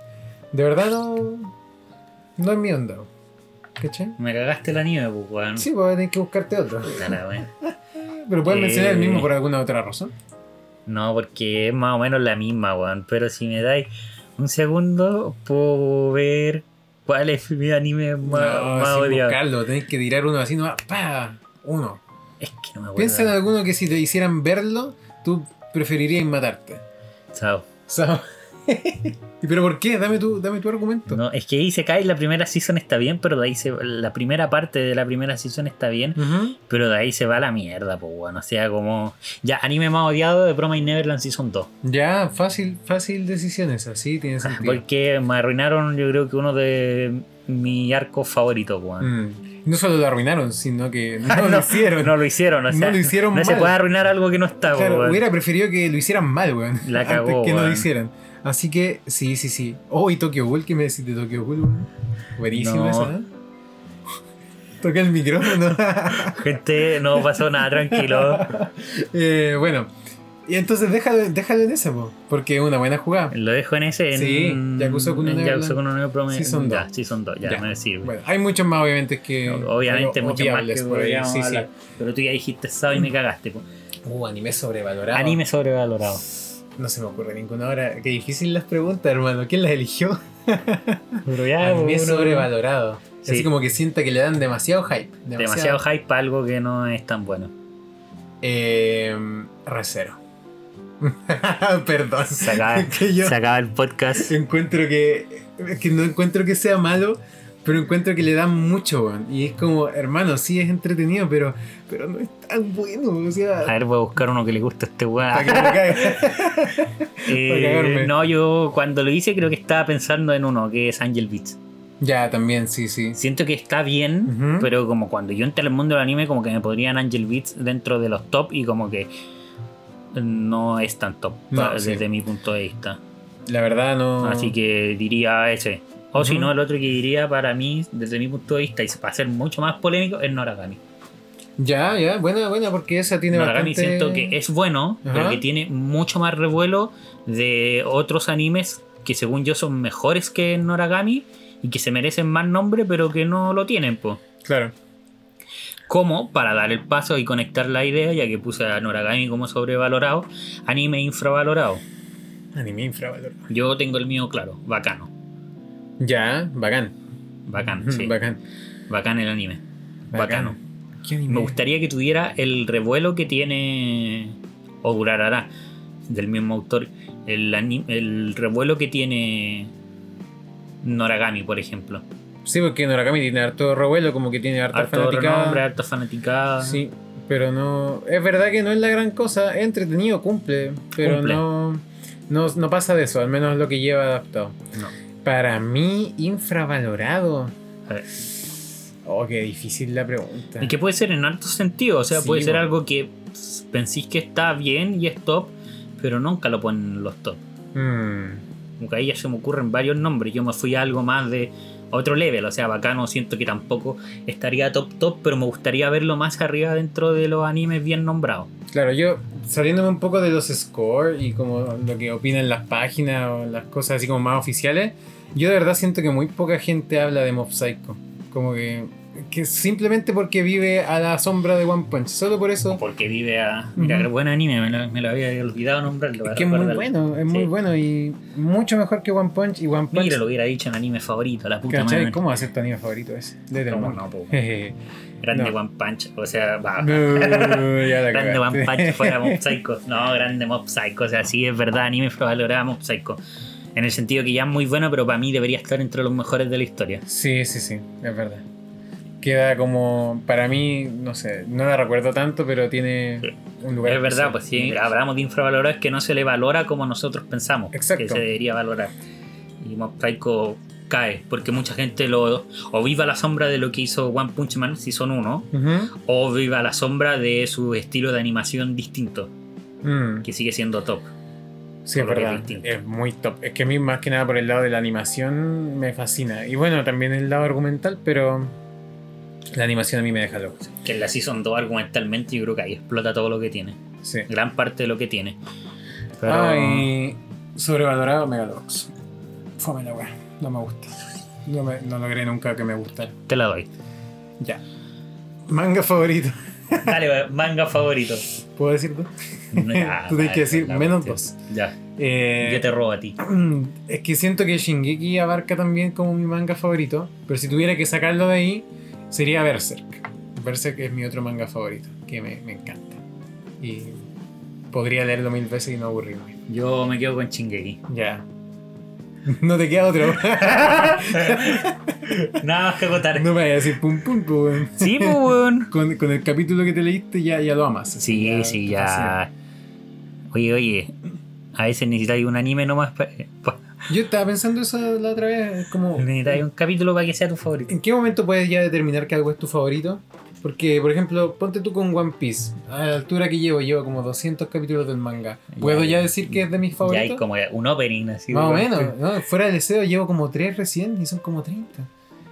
Speaker 3: de verdad no. No es mi onda. ¿Cachai?
Speaker 1: me cagaste la nieve, pues weón.
Speaker 3: Sí, pues tenés que buscarte otro.
Speaker 1: Puta la weón.
Speaker 3: Pero puedes
Speaker 1: Eh.
Speaker 3: mencionar el mismo por alguna otra razón.
Speaker 1: No, porque es más o menos la misma, weón. Pero si me dais un segundo, puedo ver cuál es mi anime más, más
Speaker 3: sin
Speaker 1: odiado. Ah,
Speaker 3: buscarlo, tenés que tirar uno así nomás. ¡Pa! Uno.
Speaker 1: Es que no me acuerdo.
Speaker 3: Piensa en alguno que si te hicieran verlo, tú
Speaker 1: <laughs>
Speaker 3: preferirías matarte.
Speaker 1: Chao.
Speaker 3: ¿Sabes? ¿Y pero por qué? Dame tu, dame tu argumento.
Speaker 1: No, es que dice Kai, la primera season está bien, pero de ahí se, la primera parte de la primera season está bien,
Speaker 3: Ujú.
Speaker 1: pero de ahí se va a la mierda, pues bueno, o sea, como ya anime más odiado de Promise Neverland Season 2,
Speaker 3: Ya, fácil, fácil decisión esa, sí,
Speaker 1: Ah,
Speaker 3: tiene sentido.
Speaker 1: porque me arruinaron yo creo que uno de mi arco favorito, weón.
Speaker 3: Mm. No solo lo arruinaron,
Speaker 1: <laughs>
Speaker 3: sino que no,
Speaker 1: No,
Speaker 3: lo hicieron.
Speaker 1: No lo hicieron, o
Speaker 3: No
Speaker 1: sea,
Speaker 3: lo hicieron
Speaker 1: no se
Speaker 3: mal.
Speaker 1: puede arruinar algo que no está,
Speaker 3: Claro,
Speaker 1: Ah, weón.
Speaker 3: hubiera preferido que lo hicieran mal, weón.
Speaker 1: <laughs> La cagó,
Speaker 3: Antes que no lo
Speaker 1: weón.
Speaker 3: hicieran. Así que, sí, sí, sí. Oh, y Tokyo Ghoul, ¿qué me decís de Tokyo Ghoul, weón? Buenísimo
Speaker 1: No.
Speaker 3: esa, ¿eh? Toca el micrófono. <laughs>
Speaker 1: Gente, no pasó nada, tranquilo.
Speaker 3: Eh, bueno, y entonces déjalo, déjalo en ese, po, porque es una buena jugada.
Speaker 1: Lo dejo en ese. En,
Speaker 3: Sí, Yakuza Kuno
Speaker 1: en
Speaker 3: Neverland.
Speaker 1: Yakuza Kuno Neverland Promise.
Speaker 3: Season
Speaker 1: ya,
Speaker 3: dos.
Speaker 1: Season 2, ya,
Speaker 3: Ya.
Speaker 1: me sirve.
Speaker 3: Bueno, hay muchos más, obviamente, que.
Speaker 1: Obviamente,
Speaker 3: pero
Speaker 1: mucho más que
Speaker 3: obviables por ahí,
Speaker 1: podríamos
Speaker 3: sí, sí.
Speaker 1: hablar. Pero tú ya dijiste Sao y me cagaste. po.
Speaker 3: Uh, anime sobrevalorado.
Speaker 1: Anime sobrevalorado.
Speaker 3: No se me ocurre ninguna ahora. Qué difícil las preguntas, hermano. ¿Quién las eligió?
Speaker 1: Pero ya,
Speaker 3: anime
Speaker 1: uno-
Speaker 3: sobrevalorado.
Speaker 1: Sí.
Speaker 3: Así como que sienta que le dan demasiado hype.
Speaker 1: Demasiado hype para algo que no es tan bueno.
Speaker 3: Eh, recero. <laughs> Perdón.
Speaker 1: Se acaba,
Speaker 3: <laughs> que yo
Speaker 1: se acaba el podcast.
Speaker 3: encuentro que, que no encuentro que sea malo, pero encuentro que le dan mucho, weón. Y es como, hermano, sí es entretenido, pero, pero no es tan bueno. O sea,
Speaker 1: A ver, voy a buscar uno que le guste a este
Speaker 3: para
Speaker 1: weón.
Speaker 3: que me caiga. <laughs>
Speaker 1: Eh,
Speaker 3: cagarme.
Speaker 1: no, yo cuando lo hice creo que estaba pensando en uno, que es Angel Beats.
Speaker 3: ya, también, sí, sí.
Speaker 1: Siento que está bien,
Speaker 3: Ujú.
Speaker 1: pero como cuando yo entré al mundo del anime, como que me podrían Angel Beats dentro de los top y como que no es tan top
Speaker 3: No,
Speaker 1: pa-
Speaker 3: sí.
Speaker 1: desde mi punto de vista.
Speaker 3: La verdad, no.
Speaker 1: Así que diría ese. O si
Speaker 3: Ujú.
Speaker 1: no, el otro que diría para mí, desde mi punto de vista, y para ser mucho más polémico, es Noragami.
Speaker 3: Ya, ya, buena, buena, porque esa tiene
Speaker 1: Noragami
Speaker 3: bastante.
Speaker 1: siento que es bueno,
Speaker 3: Ajá.
Speaker 1: pero que tiene mucho más revuelo de otros animes que según yo son mejores que Noragami y que se merecen más nombre, pero que no lo tienen, pues.
Speaker 3: Claro.
Speaker 1: como para dar el paso y conectar la idea, ya que puse a Noragami como sobrevalorado, anime infravalorado.
Speaker 3: Anime infravalor.
Speaker 1: Yo tengo el mío claro, bacano.
Speaker 3: Ya, bacán.
Speaker 1: Bacán, sí.
Speaker 3: Bacán.
Speaker 1: Bacán el anime. Bacano.
Speaker 3: ¿Qué anime?
Speaker 1: Me gustaría que tuviera el revuelo que tiene Ogurarara, del mismo autor. El, ani- el revuelo que tiene Noragami, por ejemplo.
Speaker 3: Sí, porque Noragami tiene harto revuelo, como que tiene harta
Speaker 1: Harto
Speaker 3: fanaticada.
Speaker 1: renombre, harto fanaticada.
Speaker 3: Sí, pero no. Es verdad que no es la gran cosa. Es entretenido, cumple. Pero
Speaker 1: Cumple.
Speaker 3: No, no. No pasa de eso, al menos lo que lleva adaptado.
Speaker 1: No.
Speaker 3: Para mí, infravalorado.
Speaker 1: A ver.
Speaker 3: Oh, qué difícil la pregunta.
Speaker 1: Y que puede ser en altos sentidos, o sea,
Speaker 3: Sí,
Speaker 1: puede ser
Speaker 3: bueno.
Speaker 1: algo que pensís que está bien y es top, pero nunca lo ponen en los top.
Speaker 3: Mm,
Speaker 1: Aunque ahí ya se me ocurren varios nombres, yo me fui a algo más de otro level, o sea, bacano, siento que tampoco estaría top top, pero me gustaría verlo más arriba dentro de los animes bien nombrados.
Speaker 3: Claro, yo saliéndome un poco de los scores y como lo que opinan las páginas o las cosas así como más oficiales, yo de verdad siento que muy poca gente habla de Mob Psycho. Como que que simplemente porque vive a la sombra de One Punch. Solo por eso.
Speaker 1: Porque vive a. Mira,
Speaker 3: Ujú.
Speaker 1: qué buen anime, me lo, me lo había olvidado nombrarlo.
Speaker 3: Es que es muy
Speaker 1: recuérdalo.
Speaker 3: bueno, es muy
Speaker 1: Sí.
Speaker 3: bueno y mucho mejor que One Punch y One Punch.
Speaker 1: Mira, lo hubiera dicho en anime favorito, la puta
Speaker 3: ¿Cachai?
Speaker 1: madre.
Speaker 3: ¿Cómo va a ser tu anime favorito ese? De
Speaker 1: No,
Speaker 3: <laughs>
Speaker 1: no, po.
Speaker 3: Grande
Speaker 1: Grande
Speaker 3: No.
Speaker 1: One Punch, o sea, va.
Speaker 3: ya la
Speaker 1: Grande One
Speaker 3: <laughs> cagaste.
Speaker 1: Punch fuera Mob Psycho. No, grande Mob Psycho. O sea, sí es verdad, anime valoraba Mob Psycho. En el sentido que ya es muy bueno, pero para mí debería estar entre los mejores de la historia.
Speaker 3: Sí, sí, sí, es verdad. Queda como, para mí, no sé, no la recuerdo tanto, pero tiene
Speaker 1: Sí.
Speaker 3: un lugar.
Speaker 1: es verdad,
Speaker 3: especial.
Speaker 1: pues sí, hablamos de infravalorado, es que no se le valora como nosotros pensamos
Speaker 3: Exacto.
Speaker 1: que se debería valorar. Y Mob Psycho cae, porque mucha gente lo. O viva la sombra de lo que hizo One Punch Man, si son uno,
Speaker 3: Ujú.
Speaker 1: o viva la sombra de su estilo de animación distinto,
Speaker 3: Mm,
Speaker 1: que sigue siendo top.
Speaker 3: Sí,
Speaker 1: Solo
Speaker 3: es
Speaker 1: que es
Speaker 3: verdad.
Speaker 1: distinto.
Speaker 3: Es muy top. Es que a mí, más que nada, por el lado de la animación, me fascina. Y bueno, también el lado argumental, pero la animación a mí me deja loco.
Speaker 1: Que en la Season 2 argumentalmente yo creo que ahí explota todo lo que tiene.
Speaker 3: Sí.
Speaker 1: gran parte de lo que tiene. Pero
Speaker 3: Ay, sobrevalorado Megalobox. Fome la weá, no me gusta. No, me- no logré nunca que me gustara.
Speaker 1: te la doy.
Speaker 3: Ya. Manga favorito. <laughs>
Speaker 1: Dale, manga favorito.
Speaker 3: ¿Puedo decir dos?
Speaker 1: Ya,
Speaker 3: <laughs> Tú tienes que
Speaker 1: dale,
Speaker 3: decir
Speaker 1: la
Speaker 3: menos
Speaker 1: cuestión.
Speaker 3: dos.
Speaker 1: Ya,
Speaker 3: Eh,
Speaker 1: yo te robo a ti.
Speaker 3: <clears throat> Es que siento que Shingeki abarca también como mi manga favorito, pero si tuviera que sacarlo de ahí, sería Berserk. Berserk es mi otro manga favorito, que me, me encanta. Y podría leerlo mil veces y no aburrirme.
Speaker 1: Yo me quedo con Chingeki.
Speaker 3: Ya. <laughs> No te queda
Speaker 1: <laughs>
Speaker 3: otro.
Speaker 1: Nada más que acotar.
Speaker 3: no me vayas a decir pum pum pum. weón.
Speaker 1: Sí, pues, weón.
Speaker 3: Con, con el capítulo que te leíste ya, ya lo amas. así
Speaker 1: Sí, sí,
Speaker 3: te fascina.
Speaker 1: ya. Oye, oye. A veces necesitáis un anime nomás. pa- pa-
Speaker 3: Yo estaba pensando eso la otra vez, como...
Speaker 1: necesitáis un capítulo para que sea tu favorito.
Speaker 3: ¿En qué momento puedes ya determinar que algo es tu favorito? Porque, por ejemplo, ponte tú con One Piece. A la altura que llevo, llevo como 200 capítulos del manga. ¿Puedo
Speaker 1: Ya,
Speaker 3: ya decir que es de
Speaker 1: Ya
Speaker 3: mis
Speaker 1: hay
Speaker 3: favoritos?
Speaker 1: como un opening así.
Speaker 3: Más o
Speaker 1: weón.
Speaker 3: menos. ¿no? Fuera del deseo llevo como 3 recién y son como 30.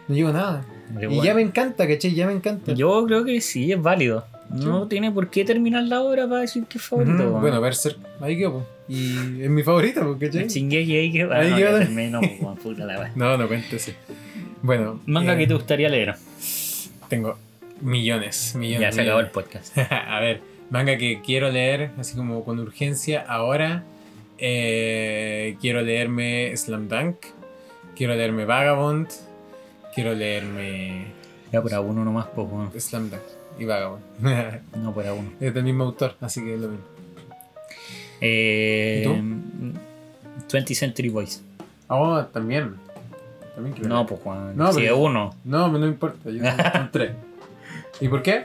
Speaker 3: No llevo nada.
Speaker 1: Pero
Speaker 3: Y
Speaker 1: bueno.
Speaker 3: ya me encanta, ¿cachai? Ya me encanta.
Speaker 1: Yo creo que sí, es válido. No tiene por qué terminar la obra para decir que es favorito.
Speaker 3: Ujú,
Speaker 1: weón.
Speaker 3: Bueno, Berserk, ahí quedó. po. Y es mi favorito, po, ¿cachai?
Speaker 1: Shingeki ahí que. Ah,
Speaker 3: Ahí
Speaker 1: no,
Speaker 3: que-
Speaker 1: ya terminé, no, weón, puta la wea.
Speaker 3: No, no cuéntese. Bueno.
Speaker 1: Manga
Speaker 3: eh,
Speaker 1: que te gustaría leer.
Speaker 3: Tengo millones, millones.
Speaker 1: Ya se acabó
Speaker 3: millones.
Speaker 1: el podcast.
Speaker 3: <laughs> A ver, manga que quiero leer, así como con urgencia, ahora. eh, quiero leerme Slam Dunk. Quiero leerme Vagabond. Quiero leerme
Speaker 1: Ya por a uno nomás, pues weón.
Speaker 3: Slam Dunk y Vagabond. <laughs>
Speaker 1: No por a uno.
Speaker 3: es del mismo autor, así que es lo mismo.
Speaker 1: Eh,
Speaker 3: ¿Y tú?
Speaker 1: 20th Eh, Century Boys.
Speaker 3: Oh, también. También quiero
Speaker 1: No,
Speaker 3: leer.
Speaker 1: pues Juan.
Speaker 3: No,
Speaker 1: si
Speaker 3: pero-
Speaker 1: es uno.
Speaker 3: No, no importa, yo
Speaker 1: <laughs>
Speaker 3: son tres. ¿Y por qué?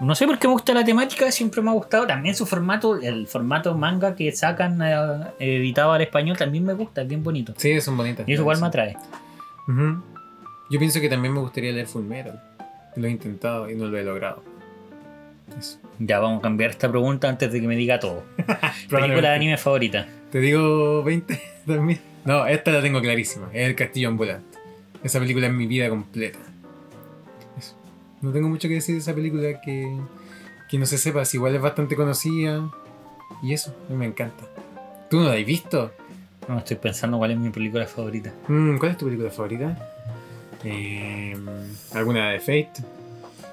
Speaker 1: No sé por qué me gusta la temática, siempre me ha gustado. También su formato, el formato manga que sacan eh, editado al español, también me gusta, es bien bonito.
Speaker 3: Sí, son bonitas.
Speaker 1: Y eso igual me atrae.
Speaker 3: Ujú. Yo pienso que también me gustaría leer Full Metal. Lo he intentado y no lo he logrado. Eso.
Speaker 1: Ya vamos a cambiar esta pregunta antes de que me diga todo. Película de anime favorita.
Speaker 3: Te digo 20 <laughs> también. No, esta la tengo clarísima. Es El Castillo Ambulante. Esa película es mi vida completa. Eso. No tengo mucho que decir de esa película que, que no se sepa. Si igual es bastante conocida. Y eso, a mí me encanta. ¿Tú no la has visto?
Speaker 1: No estoy pensando cuál es mi película favorita.
Speaker 3: Mm, ¿Cuál es tu película favorita? Eh, ¿Alguna de Fate?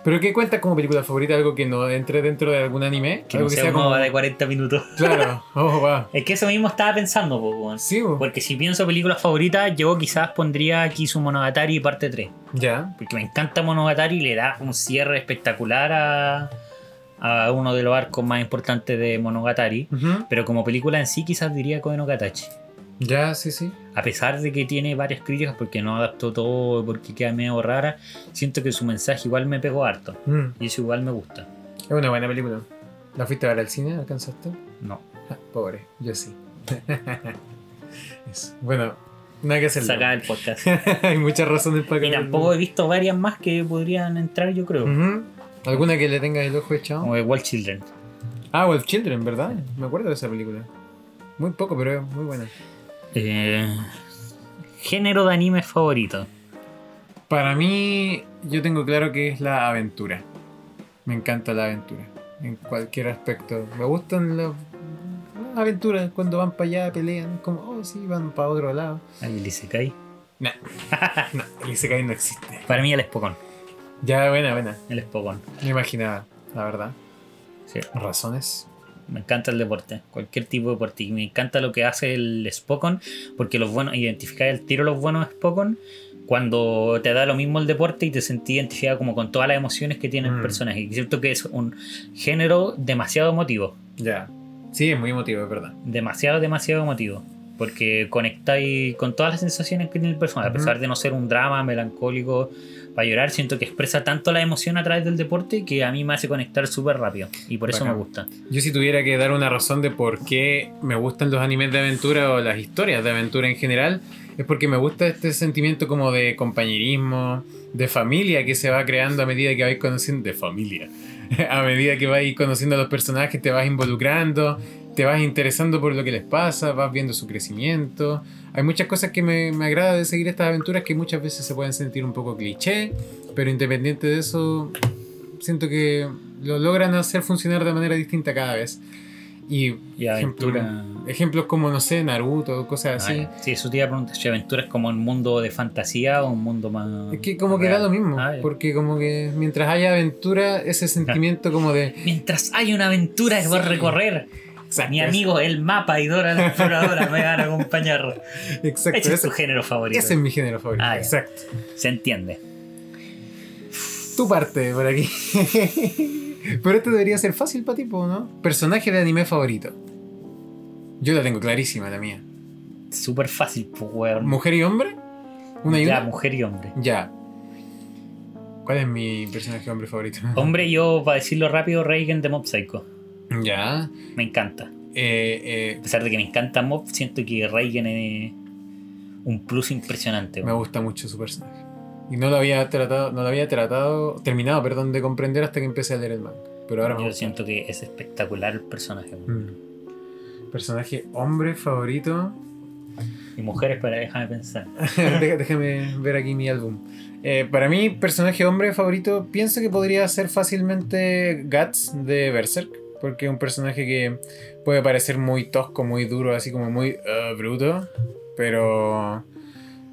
Speaker 3: ¿Pero qué cuenta como película favorita? ¿Algo que no entre dentro de algún anime?
Speaker 1: Que
Speaker 3: ¿Algo
Speaker 1: no sea una obra de 40 minutos.
Speaker 3: <laughs> Claro, oh, wow.
Speaker 1: Es que eso mismo estaba pensando, pues, weón.
Speaker 3: Sí, bo.
Speaker 1: Porque si pienso películas favoritas, yo quizás pondría Monogatari parte 3.
Speaker 3: ya.
Speaker 1: Porque me encanta Monogatari y le da un cierre espectacular a, a uno de los arcos más importantes de Monogatari.
Speaker 3: Ujú.
Speaker 1: Pero como película en sí, quizás diría Koe no Katachi.
Speaker 3: Ya, sí, sí.
Speaker 1: A pesar de que tiene varias críticas porque no adaptó todo, porque queda medio rara, siento que su mensaje igual me pegó harto.
Speaker 3: Mm.
Speaker 1: Y eso igual me gusta.
Speaker 3: Es una buena película. ¿La fuiste a ver al cine? ¿Alcanzaste?
Speaker 1: No.
Speaker 3: Ah, pobre, yo sí. Eso. Bueno, nada que hacerle.
Speaker 1: Sacaba el podcast.
Speaker 3: <laughs> Hay muchas razones para que.
Speaker 1: Y tampoco he visto varias más que podrían entrar, yo
Speaker 3: <laughs>
Speaker 1: creo.
Speaker 3: Ujú. ¿Alguna que le tengas el ojo echado?
Speaker 1: Como de Wall Children.
Speaker 3: Ah, Wolf Children, ¿verdad? Me acuerdo de esa película. Muy poco, pero es muy buena.
Speaker 1: Eh, género de anime favorito.
Speaker 3: Para mí, yo tengo claro que es la aventura. Me encanta la aventura. En cualquier aspecto. Me gustan las las aventuras cuando van para allá, pelean. Como, oh, sí, van para otro lado.
Speaker 1: Ahí el Isekai.
Speaker 3: No, no, el Isekai no existe.
Speaker 1: Para mí el Espocón.
Speaker 3: Ya, buena, buena.
Speaker 1: El espocón.
Speaker 3: Me imaginaba, la verdad.
Speaker 1: Sí.
Speaker 3: Razones.
Speaker 1: Me encanta el deporte, cualquier tipo de deporte. Y me encanta lo que hace el Spokon, porque los buenos, identificar el tiro los buenos Spokon cuando te da lo mismo el deporte y te sentí identificado como con todas las emociones que tiene el
Speaker 3: Mm.
Speaker 1: personaje. Y Siento que es un género demasiado emotivo.
Speaker 3: Ya. Sí, es muy emotivo, es verdad.
Speaker 1: demasiado, demasiado emotivo. Porque conectáis con todas las sensaciones que tiene el personaje. A
Speaker 3: Ujú.
Speaker 1: pesar de no ser un drama melancólico para llorar, siento que expresa tanto la emoción a través del deporte que a mí me hace conectar súper rápido. Y por eso
Speaker 3: Bacán.
Speaker 1: me gusta.
Speaker 3: Yo si tuviera que dar una razón de por qué me gustan los animes de aventura o las historias de aventura en general, es porque me gusta este sentimiento como de compañerismo, de familia que se va creando a medida que vais conociendo... De familia. <laughs> a medida que vais conociendo a los personajes, te vas involucrando, te vas interesando por lo que les pasa, vas viendo su crecimiento. Hay muchas cosas que me, me agrada de seguir estas aventuras que muchas veces se pueden sentir un poco cliché, pero independiente de eso, siento que lo logran hacer funcionar de manera distinta cada vez. Y
Speaker 1: Y aventura.
Speaker 3: ejemplos como, no sé, Naruto, cosas así.
Speaker 1: Ah, sí, eso te iba a preguntar. Si aventura es como un mundo de fantasía o un mundo más.
Speaker 3: Es que como que da
Speaker 1: real.
Speaker 3: lo mismo,
Speaker 1: Ah, ya.
Speaker 3: porque como que mientras haya aventura,
Speaker 1: <laughs>
Speaker 3: ese sentimiento como de...
Speaker 1: Mientras hay una aventura es por
Speaker 3: Sí.
Speaker 1: recorrer. Mi amigo, el mapa y Dora la exploradora me van a acompañar.
Speaker 3: <laughs> Exacto,
Speaker 1: Ese es
Speaker 3: ese-
Speaker 1: tu género favorito.
Speaker 3: ese es mi género favorito.
Speaker 1: Ah, ya.
Speaker 3: exacto.
Speaker 1: Se entiende.
Speaker 3: Tu parte por aquí. <laughs> Pero este debería ser fácil para ti, po, ¿no? Personaje de anime favorito. Yo la tengo clarísima, la mía.
Speaker 1: Súper fácil, pues, weón.
Speaker 3: ¿Mujer y hombre? ¿Una y
Speaker 1: ya,
Speaker 3: una?
Speaker 1: mujer y hombre.
Speaker 3: Ya. ¿Cuál es mi personaje hombre favorito?
Speaker 1: Hombre, yo, para decirlo rápido, Reigen de Mob Psycho.
Speaker 3: Ya.
Speaker 1: Me encanta.
Speaker 3: Eh,
Speaker 1: A
Speaker 3: eh,
Speaker 1: pesar de que me encanta Mob, siento que Reigen es un plus impresionante.
Speaker 3: me
Speaker 1: weón.
Speaker 3: gusta mucho su personaje. Y no lo había tratado, no lo había tratado, terminado, perdón, de comprender hasta que empecé a leer el manga. Pero ahora me
Speaker 1: Yo
Speaker 3: gusta.
Speaker 1: siento que es espectacular el personaje. weón.
Speaker 3: Mm. Personaje hombre favorito.
Speaker 1: Y mujeres, para déjame pensar.
Speaker 3: <laughs> Deja- Déjame ver aquí mi álbum. Eh, para mí, personaje hombre favorito, pienso que podría ser fácilmente Guts de Berserk, porque es un personaje que puede parecer muy tosco, muy duro, así como muy "Ah, bruto, pero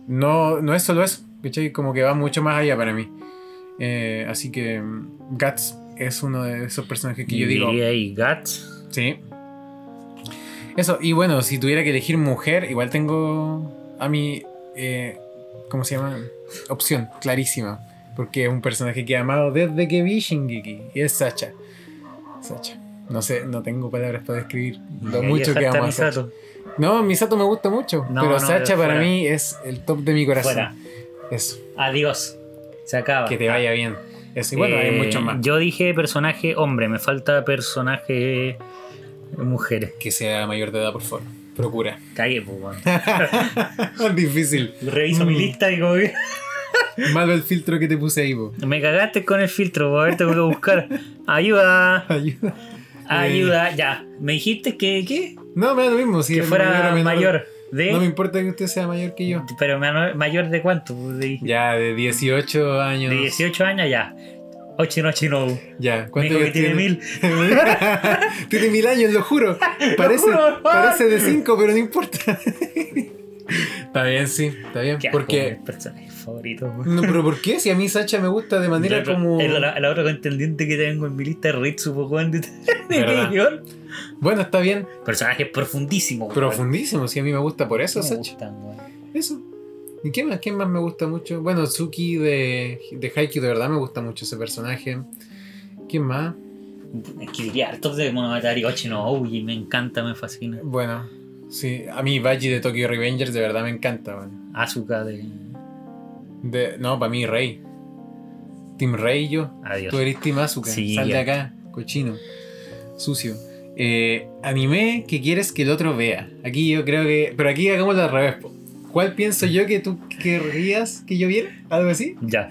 Speaker 3: no, no es solo eso, ¿cachai? Como que va mucho más allá para mí. Eh, así que mm, Guts es uno de esos personajes que yo digo...
Speaker 1: diría ahí Guts.
Speaker 3: Sí. Eso, y bueno, si tuviera que elegir mujer, igual tengo a mi. eh, ¿Cómo se llama? Opción, clarísima. Porque es un personaje que he amado desde que vi Shingeki. Y es Sacha. Sacha. No sé, no tengo palabras para describir lo
Speaker 1: Y ahí
Speaker 3: mucho que
Speaker 1: dejaste
Speaker 3: amo
Speaker 1: a
Speaker 3: a Sacha.
Speaker 1: Misato.
Speaker 3: No, Misato me gusta mucho.
Speaker 1: No,
Speaker 3: pero
Speaker 1: no,
Speaker 3: Sacha
Speaker 1: fuera.
Speaker 3: para mí es el top de mi corazón.
Speaker 1: Fuera.
Speaker 3: Eso,
Speaker 1: Adiós. Se acaba.
Speaker 3: que te vaya bien. Eso, y bueno, hay
Speaker 1: Eh,
Speaker 3: mucho más.
Speaker 1: Yo dije personaje hombre, me falta personaje mujeres.
Speaker 3: Que sea mayor de edad, por favor. Procura. <laughs>
Speaker 1: Calle, pues, weón.
Speaker 3: Difícil.
Speaker 1: Reviso mi
Speaker 3: Mm.
Speaker 1: lista y digo que.
Speaker 3: Malo el filtro que te puse ahí, po. <laughs>
Speaker 1: Me cagaste con el filtro, por haberte que buscar. Ayuda,
Speaker 3: Ayuda.
Speaker 1: ayuda, ya. Me dijiste que, ¿qué?
Speaker 3: No, me da lo mismo. Si
Speaker 1: que
Speaker 3: es
Speaker 1: fuera
Speaker 3: o menor.
Speaker 1: mayor
Speaker 3: No me
Speaker 1: de.
Speaker 3: importa que usted sea mayor que yo.
Speaker 1: Pero menor- mayor de cuánto? De,
Speaker 3: Ya, de 18 años.
Speaker 1: de 18 años ya. 8 no, 8 no.
Speaker 3: Ya,
Speaker 1: Me
Speaker 3: ¿cuánto
Speaker 1: dijo que
Speaker 3: años
Speaker 1: tiene mil.
Speaker 3: <laughs> tiene mil años,
Speaker 1: <laughs>
Speaker 3: lo juro. Parece,
Speaker 1: juro.
Speaker 3: parece de 5, pero no importa. <laughs> está bien, sí, está bien.
Speaker 1: Qué asco, eh.
Speaker 3: Porque.
Speaker 1: mi personaje favorito. weón.
Speaker 3: No, pero ¿por qué? Si a mí Sacha me gusta de manera
Speaker 1: La-
Speaker 3: como.
Speaker 1: El, la, la otra contendiente que tengo en mi lista es Ritsu, po, weón, de, <laughs> de
Speaker 3: Verdad.
Speaker 1: guión.
Speaker 3: Bueno, está bien.
Speaker 1: Personaje profundísimo. weón.
Speaker 3: Profundísimo. Si a mí me gusta por eso,
Speaker 1: Me
Speaker 3: Sacha.
Speaker 1: gustan, weón.
Speaker 3: Eso. ¿Y qué más? ¿Quién más me gusta mucho? Bueno, Tsuki de, de Haikyuu, de verdad me gusta mucho ese personaje. ¿Quién más?
Speaker 1: Es que diría hartos de Monogatari 8 no. Uy, me encanta, me fascina.
Speaker 3: Bueno, sí, a mí Baji de Tokyo Revengers de verdad me encanta, weón.
Speaker 1: Asuka de.
Speaker 3: De- No, para mí Rey. Team Rey yo.
Speaker 1: Adiós.
Speaker 3: Tú eres Team Asuka.
Speaker 1: Sí,
Speaker 3: Sal de
Speaker 1: ya.
Speaker 3: acá, cochino. Sucio. Eh, anime que quieres que el otro vea. Aquí yo creo que... Pero aquí hagámoslo al revés, po. ¿Cuál pienso yo que tú querrías que yo viera? ¿Algo así?
Speaker 1: Ya.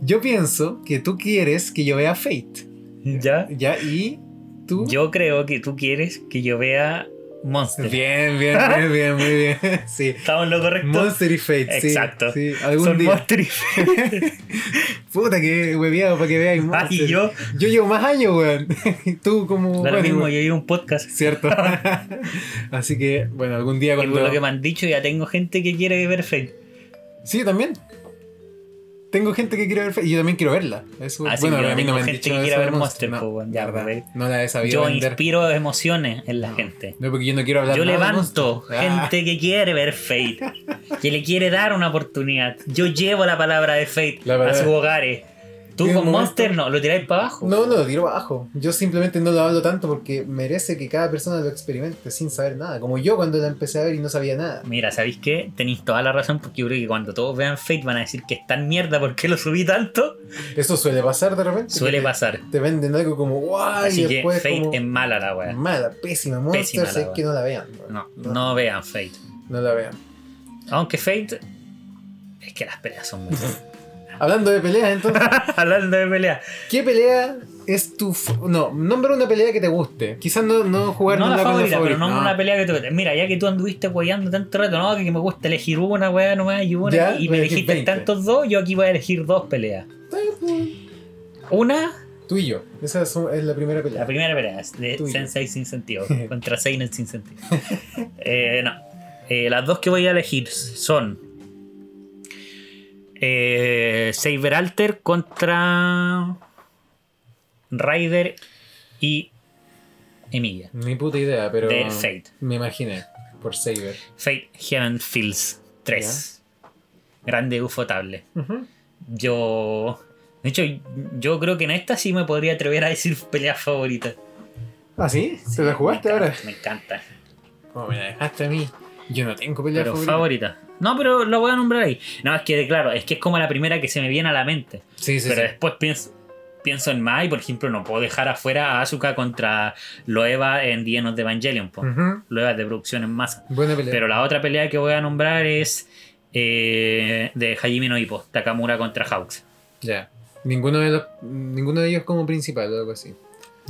Speaker 3: Yo pienso que tú quieres que yo vea Fate.
Speaker 1: Ya.
Speaker 3: ¿Ya? ¿Y tú?
Speaker 1: Yo creo que tú quieres que yo vea Monster. <laughs>
Speaker 3: Bien, bien, bien, bien, muy bien. Sí.
Speaker 1: ¿Estamos en lo correcto?
Speaker 3: Monster y Fate, sí.
Speaker 1: Exacto.
Speaker 3: Sí, algún
Speaker 1: Son
Speaker 3: día.
Speaker 1: Monster
Speaker 3: <laughs>
Speaker 1: y
Speaker 3: Puta que hueviado para
Speaker 1: <laughs>
Speaker 3: que veáis
Speaker 1: Ah, y
Speaker 3: Monster.
Speaker 1: yo,
Speaker 3: Yo llevo más años, weón. <laughs> tú como.
Speaker 1: da lo
Speaker 3: bueno,
Speaker 1: mismo,
Speaker 3: igual.
Speaker 1: yo vi un podcast. <laughs>
Speaker 3: Cierto. Así que, bueno, algún día
Speaker 1: Y por
Speaker 3: cuando.
Speaker 1: lo que me han dicho, ya tengo gente que quiere ver Fate.
Speaker 3: Sí, también. tengo gente que quiere ver Fate y yo también quiero verla. Eso,
Speaker 1: Así
Speaker 3: bueno,
Speaker 1: que Ah, yo
Speaker 3: a mí no
Speaker 1: tengo
Speaker 3: me han
Speaker 1: gente
Speaker 3: dicho
Speaker 1: que
Speaker 3: eso
Speaker 1: quiera
Speaker 3: de
Speaker 1: ver
Speaker 3: Monster,
Speaker 1: Monster, pues, bueno, ya,
Speaker 3: no,
Speaker 1: a ver.
Speaker 3: verdad, no la he sabido
Speaker 1: Yo
Speaker 3: vender.
Speaker 1: inspiro emociones en la gente.
Speaker 3: No, porque yo no quiero hablar
Speaker 1: Yo
Speaker 3: nada de
Speaker 1: levanto
Speaker 3: Monster. Ah,
Speaker 1: gente que quiere ver
Speaker 3: <laughs>
Speaker 1: Fate, que le quiere dar una oportunidad. Yo llevo la palabra de Fate
Speaker 3: La palabra-
Speaker 1: a sus hogares. Tú
Speaker 3: Tiene
Speaker 1: con
Speaker 3: un momento-
Speaker 1: Monster no, lo tiráis para abajo.
Speaker 3: No, no lo tiro abajo. Yo simplemente no lo hablo tanto porque merece que cada persona lo experimente sin saber nada. Como yo cuando la empecé a ver y no sabía nada.
Speaker 1: Mira, ¿sabéis qué? Tenéis toda la razón porque yo creo que cuando todos vean Fate van a decir que es tan mierda porque lo subí tanto.
Speaker 3: Eso suele pasar de repente.
Speaker 1: Suele
Speaker 3: que te- <laughs>
Speaker 1: pasar.
Speaker 3: Te venden algo como guay
Speaker 1: Así
Speaker 3: y
Speaker 1: que
Speaker 3: después
Speaker 1: Fate
Speaker 3: como
Speaker 1: es mala la weá.
Speaker 3: mala, pésima, monster,
Speaker 1: Pésima la
Speaker 3: sé
Speaker 1: wea.
Speaker 3: que no la vean.
Speaker 1: No, no vean Fate.
Speaker 3: no la vean.
Speaker 1: Aunque Fate. Es que las peleas son muy buenas. <laughs>
Speaker 3: Hablando de peleas entonces.
Speaker 1: Hablando de peleas.
Speaker 3: ¿Qué pelea es tu.? f- No, nombra una pelea que te guste. Quizás no, no jugar
Speaker 1: no la
Speaker 3: nunca con
Speaker 1: favorita, pero no,
Speaker 3: favorita, Ah.
Speaker 1: una pelea que tú. Mira, ya que tú anduviste guayando tanto rato, no, que me gusta elegir una weá nomás y una.
Speaker 3: Ya,
Speaker 1: y
Speaker 3: voy
Speaker 1: me
Speaker 3: a elegir
Speaker 1: elegiste
Speaker 3: 20.
Speaker 1: tantos dos, yo aquí voy a elegir dos peleas.
Speaker 3: Ah, Está bien,
Speaker 1: Una,
Speaker 3: pues. Tú y yo. Esa es, es la primera pelea.
Speaker 1: la primera pelea, es de
Speaker 3: Tuyo.
Speaker 1: Sensei sin
Speaker 3: <laughs>
Speaker 1: sentido, contra Seinen sin sentido. Eh, no. Eh, las dos que voy a elegir son. Eh, Saber Alter contra. Ryder y. Emilia.
Speaker 3: Ni puta idea, pero.
Speaker 1: De Fate.
Speaker 3: Me imaginé. Por Saber.
Speaker 1: Fate Heaven Fields 3. Grande ufotable. Yo. De hecho, yo creo que en esta sí me podría atrever a decir pelea favorita.
Speaker 3: ¿Ah, sí? ¿Te la jugaste
Speaker 1: Me
Speaker 3: ahora?
Speaker 1: encanta, Me encanta.
Speaker 3: Como me la dejaste a mí. Yo no tengo pelea
Speaker 1: Pero
Speaker 3: favorita.
Speaker 1: favorita. No, pero lo voy a nombrar ahí. No, es que, claro, es que es como la primera que se me viene a la mente.
Speaker 3: Sí, sí,
Speaker 1: pero
Speaker 3: sí.
Speaker 1: después pienso, pienso en Mai, por ejemplo, no puedo dejar afuera a Asuka contra Loeva en The End of the Evangelion. po.
Speaker 3: Ujú.
Speaker 1: Loeva es de producción en masa.
Speaker 3: Buena pelea.
Speaker 1: Pero la otra pelea que voy a nombrar es eh, de Hajime no Ippo, Takamura contra Hawks.
Speaker 3: Ya. Ninguno de, los, ninguno de ellos como principal o algo así.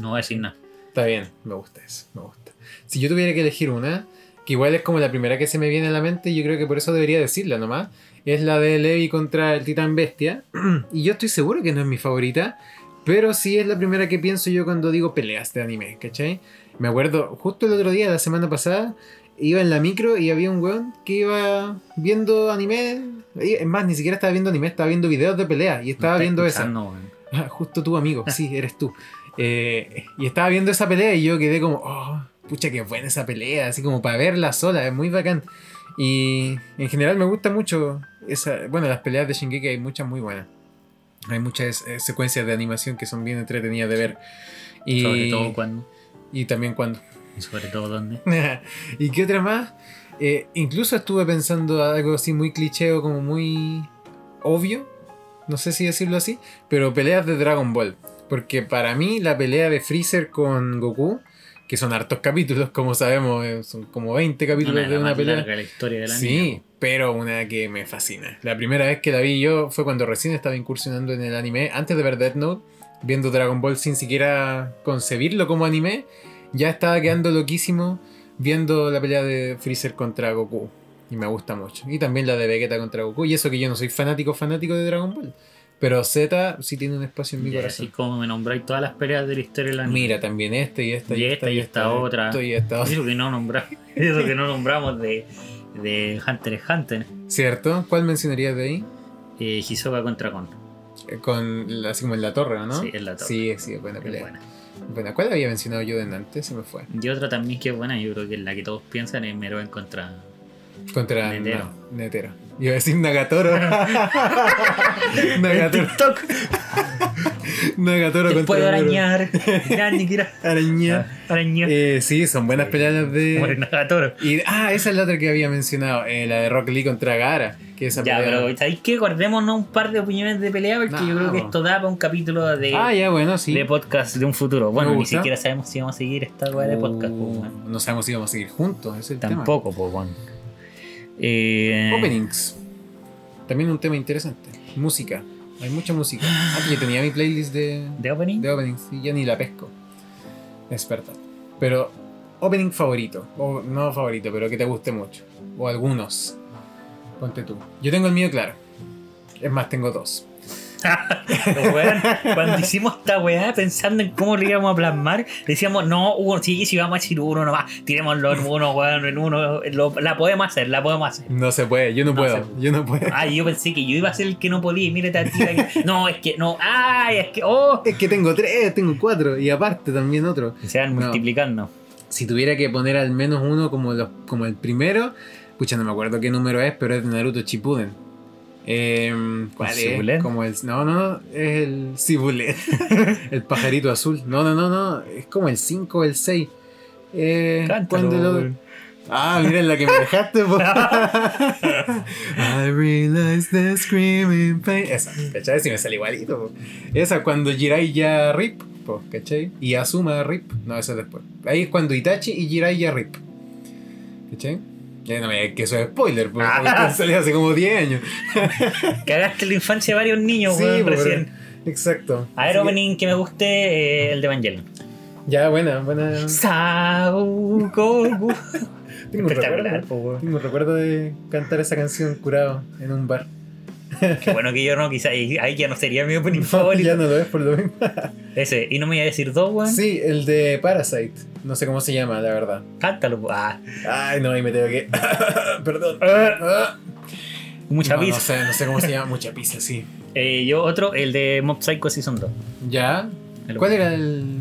Speaker 1: No voy a decir nada.
Speaker 3: Está bien, me gusta eso, me gusta. Si yo tuviera que elegir una, que igual es como la primera que se me viene a la mente, y yo creo que por eso debería decirla nomás, es la de Levi contra el Titán Bestia. <clears throat> Y yo estoy seguro que no es mi favorita, pero sí es la primera que pienso yo cuando digo peleas de anime, ¿cachai? Me acuerdo, justo el otro día, la semana pasada, iba en la micro y había un weón que iba viendo anime. y Es más, ni siquiera estaba viendo anime, estaba viendo videos de peleas y
Speaker 1: Me
Speaker 3: estaba
Speaker 1: está
Speaker 3: viendo esa.
Speaker 1: escuchando, weón.
Speaker 3: Ah, Justo tu amigo, sí, eres tú. Eh, y estaba viendo esa pelea y yo quedé como, oh, pucha, qué buena esa pelea, así como para verla sola, es muy bacán. Y en general me gusta mucho, esa, bueno, las peleas de Shingeki hay muchas muy buenas. Hay muchas eh, secuencias de animación que son bien entretenidas de ver. Y,
Speaker 1: Sobre todo cuando.
Speaker 3: y también cuando...
Speaker 1: Sobre todo dónde.
Speaker 3: <laughs> ¿Y qué otra más? Eh, incluso estuve pensando algo así muy cliché o como muy obvio, no sé si decirlo así, pero peleas de Dragon Ball. Porque para mí la pelea de Freezer con Goku, que son hartos capítulos, como sabemos, eh, son como 20 capítulos
Speaker 1: de
Speaker 3: de
Speaker 1: las
Speaker 3: una
Speaker 1: más
Speaker 3: pelea.
Speaker 1: largas de la historia de la
Speaker 3: Sí, pero una que me fascina. La primera vez que la vi yo fue cuando recién estaba incursionando en el anime, antes de ver Death Note, viendo Dragon Ball sin siquiera concebirlo como anime, ya estaba quedando loquísimo viendo la pelea de Freezer contra Goku. Y me gusta mucho. Y también la de Vegeta contra Goku. Y eso que yo no soy fanático, fanático de Dragon Ball. Pero Z sí tiene un espacio en mi
Speaker 1: Y
Speaker 3: corazón.
Speaker 1: así como me nombráis todas las peleas de la historia de la
Speaker 3: Mira, también este y esta y, esta, y esta,
Speaker 1: otra.
Speaker 3: esto y esta otra.
Speaker 1: <laughs> Eso que no nombramos. Eso que no nombramos de, de Hunter x Hunter.
Speaker 3: ¿Cierto? ¿Cuál mencionarías de ahí?
Speaker 1: Eh, Hisoka contra Kon.
Speaker 3: Eh, Con, así como en la torre, ¿o ¿no?
Speaker 1: Sí, en la torre.
Speaker 3: Sí, sí, buena
Speaker 1: Es
Speaker 3: pelea.
Speaker 1: buena.
Speaker 3: Bueno, ¿cuál había mencionado yo de antes? Se me fue.
Speaker 1: Y otra también que es buena, yo creo que es la que todos piensan es Meroen
Speaker 3: <laughs>
Speaker 1: contra.
Speaker 3: Contra
Speaker 1: Netero.
Speaker 3: Na- Netero. Iba a decir
Speaker 1: <laughs>
Speaker 3: Nagatoro. <laughs> Nagatoro,
Speaker 1: TikTok.
Speaker 3: Nagatoro
Speaker 1: Te
Speaker 3: contra
Speaker 1: puedo
Speaker 3: Netero.
Speaker 1: arañar. Ya, ni siquiera. Ah.
Speaker 3: Araña.
Speaker 1: Arañar.
Speaker 3: Eh, sí, son buenas peleas
Speaker 1: Muere
Speaker 3: de.
Speaker 1: Nagatoro.
Speaker 3: Y, ah, esa es la otra que había mencionado, eh, la de Rock Lee contra Gara. Que esa
Speaker 1: Ya,
Speaker 3: pelea-
Speaker 1: pero ¿sabéis qué? Guardémonos un par de opiniones de pelea porque
Speaker 3: No.
Speaker 1: yo creo que esto da para un capítulo de,
Speaker 3: Ah, ya, bueno, sí.
Speaker 1: de podcast de un futuro. Bueno, ni
Speaker 3: gusta.
Speaker 1: siquiera sabemos si vamos a seguir esta weá de podcast. po,
Speaker 3: Uh,
Speaker 1: weón.
Speaker 3: no sabemos si vamos a seguir juntos, es el
Speaker 1: Tampoco, po, weón. Eh,
Speaker 3: tema. Openings. También un tema interesante. Música. Hay mucha música. Ah, que yo tenía mi playlist de,
Speaker 1: ¿De opening?
Speaker 3: de openings y yo ni la pesco. Es verdad. Pero opening favorito, o no favorito, pero que te guste mucho. O algunos. Ponte tú. Yo tengo el mío claro. Es más, tengo dos.
Speaker 1: Weón, cuando hicimos esta weá pensando en cómo le íbamos a plasmar, decíamos, no, uno, sí, si vamos a decir uno nomás, tirémoslo en uno, weón, en uno, lo- la podemos hacer, la podemos hacer.
Speaker 3: No se puede, yo no, puedo, yo no puedo.
Speaker 1: Ay, yo pensé que yo iba a ser el que no podía, y mira esta tía que- No, es que no, ay, es que, oh.
Speaker 3: Es que tengo tres, tengo cuatro y aparte también otro.
Speaker 1: Se van
Speaker 3: No.
Speaker 1: multiplicando.
Speaker 3: Si tuviera que poner al menos uno como, los, como el primero, pucha, no me acuerdo qué número es, pero es de Naruto Shippuden. Em, ¿Cuál
Speaker 1: Shippuden?
Speaker 3: es? Como el, no, no, es el Shippuden. el pajarito azul. No, no, no, no, es como el 5 o el 6. Eh,
Speaker 1: Cántalo,
Speaker 3: ¿cuándo lo-
Speaker 1: weón.
Speaker 3: Ah, mira la que me
Speaker 1: <laughs>
Speaker 3: dejaste. po. I realize the screaming pain. Esa, ¿cachai? Si me sale igualito. po. Esa cuando Jirai ya rip, po, ¿cachai? Y Asuma rip. No, eso es después. Ahí es cuando Itachi y Jirai ya rip. ¿Cachai? Ya no me digas que eso es spoiler, porque
Speaker 1: <laughs>
Speaker 3: salió hace como 10 años.
Speaker 1: Cagaste la infancia de varios niños,
Speaker 3: Sí, pues,
Speaker 1: weón,
Speaker 3: po,
Speaker 1: recién.
Speaker 3: pero- Exacto.
Speaker 1: A ver,
Speaker 3: Así que-
Speaker 1: opening que me guste, eh, el de Evangelion.
Speaker 3: Ya, buena, buena.
Speaker 1: Sau, Goku.
Speaker 3: Tengo un
Speaker 1: Espectacular,
Speaker 3: recuerdo-
Speaker 1: po, weón.
Speaker 3: Tengo un recuerdo de cantar esa canción curado en un bar.
Speaker 1: Qué bueno que yo no, quizás ahí ahí ya no sería mi opening <laughs>
Speaker 3: Ya
Speaker 1: favorito.
Speaker 3: <laughs> no lo es por lo mismo.
Speaker 1: Ese, y no me voy a decir dos, weón.
Speaker 3: Sí, el de Parasite. No sé cómo se llama, la verdad.
Speaker 1: Cántalo, po. ah,
Speaker 3: Ay, no, ahí me tengo que. <laughs> Perdón. Ah.
Speaker 1: mucha
Speaker 3: no,
Speaker 1: pizza.
Speaker 3: No sé, no sé cómo se llama. Mucha pizza, sí.
Speaker 1: Eh, yo otro, el de Mob Psycho Season 2.
Speaker 3: ¿Ya?
Speaker 1: El
Speaker 3: ¿Cuál
Speaker 1: weón.
Speaker 3: era el.?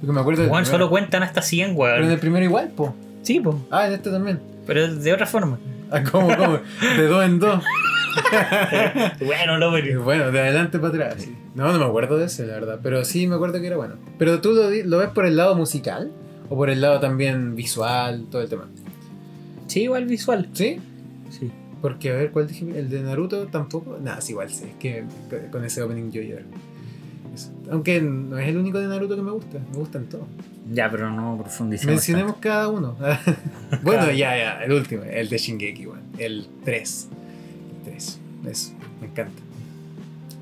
Speaker 3: Porque me acuerdo del.
Speaker 1: Weón,
Speaker 3: primero.
Speaker 1: solo cuentan hasta 100,
Speaker 3: Eh, Pero en
Speaker 1: weón.
Speaker 3: el primero igual, po.
Speaker 1: Sí, po.
Speaker 3: Ah, en este también.
Speaker 1: Pero de otra
Speaker 3: <laughs>
Speaker 1: forma.
Speaker 3: Ah, ¿cómo, cómo? De dos en dos.
Speaker 1: Bueno, lo
Speaker 3: Y
Speaker 1: veré.
Speaker 3: Bueno, de adelante para atrás. sí. No, no me acuerdo de ese, la verdad. Pero sí me acuerdo que era bueno. Pero tú lo, di- lo ves por el lado musical o por el lado también visual, todo el tema.
Speaker 1: Sí, igual visual.
Speaker 3: ¿Sí?
Speaker 1: Sí.
Speaker 3: Porque, a ver, ¿cuál dije? ¿El de Naruto tampoco? Nada, es igual, sí. Es que c- con ese opening yo lloro. Eso. Aunque no es el único de Naruto que me gusta. Me gustan todos.
Speaker 1: Ya, pero no profundicemos.
Speaker 3: Mencionemos cada uno. <laughs> bueno, ya, ya. El último. El de Shingeki, igual. El 3. El 3. Eso. Me encanta.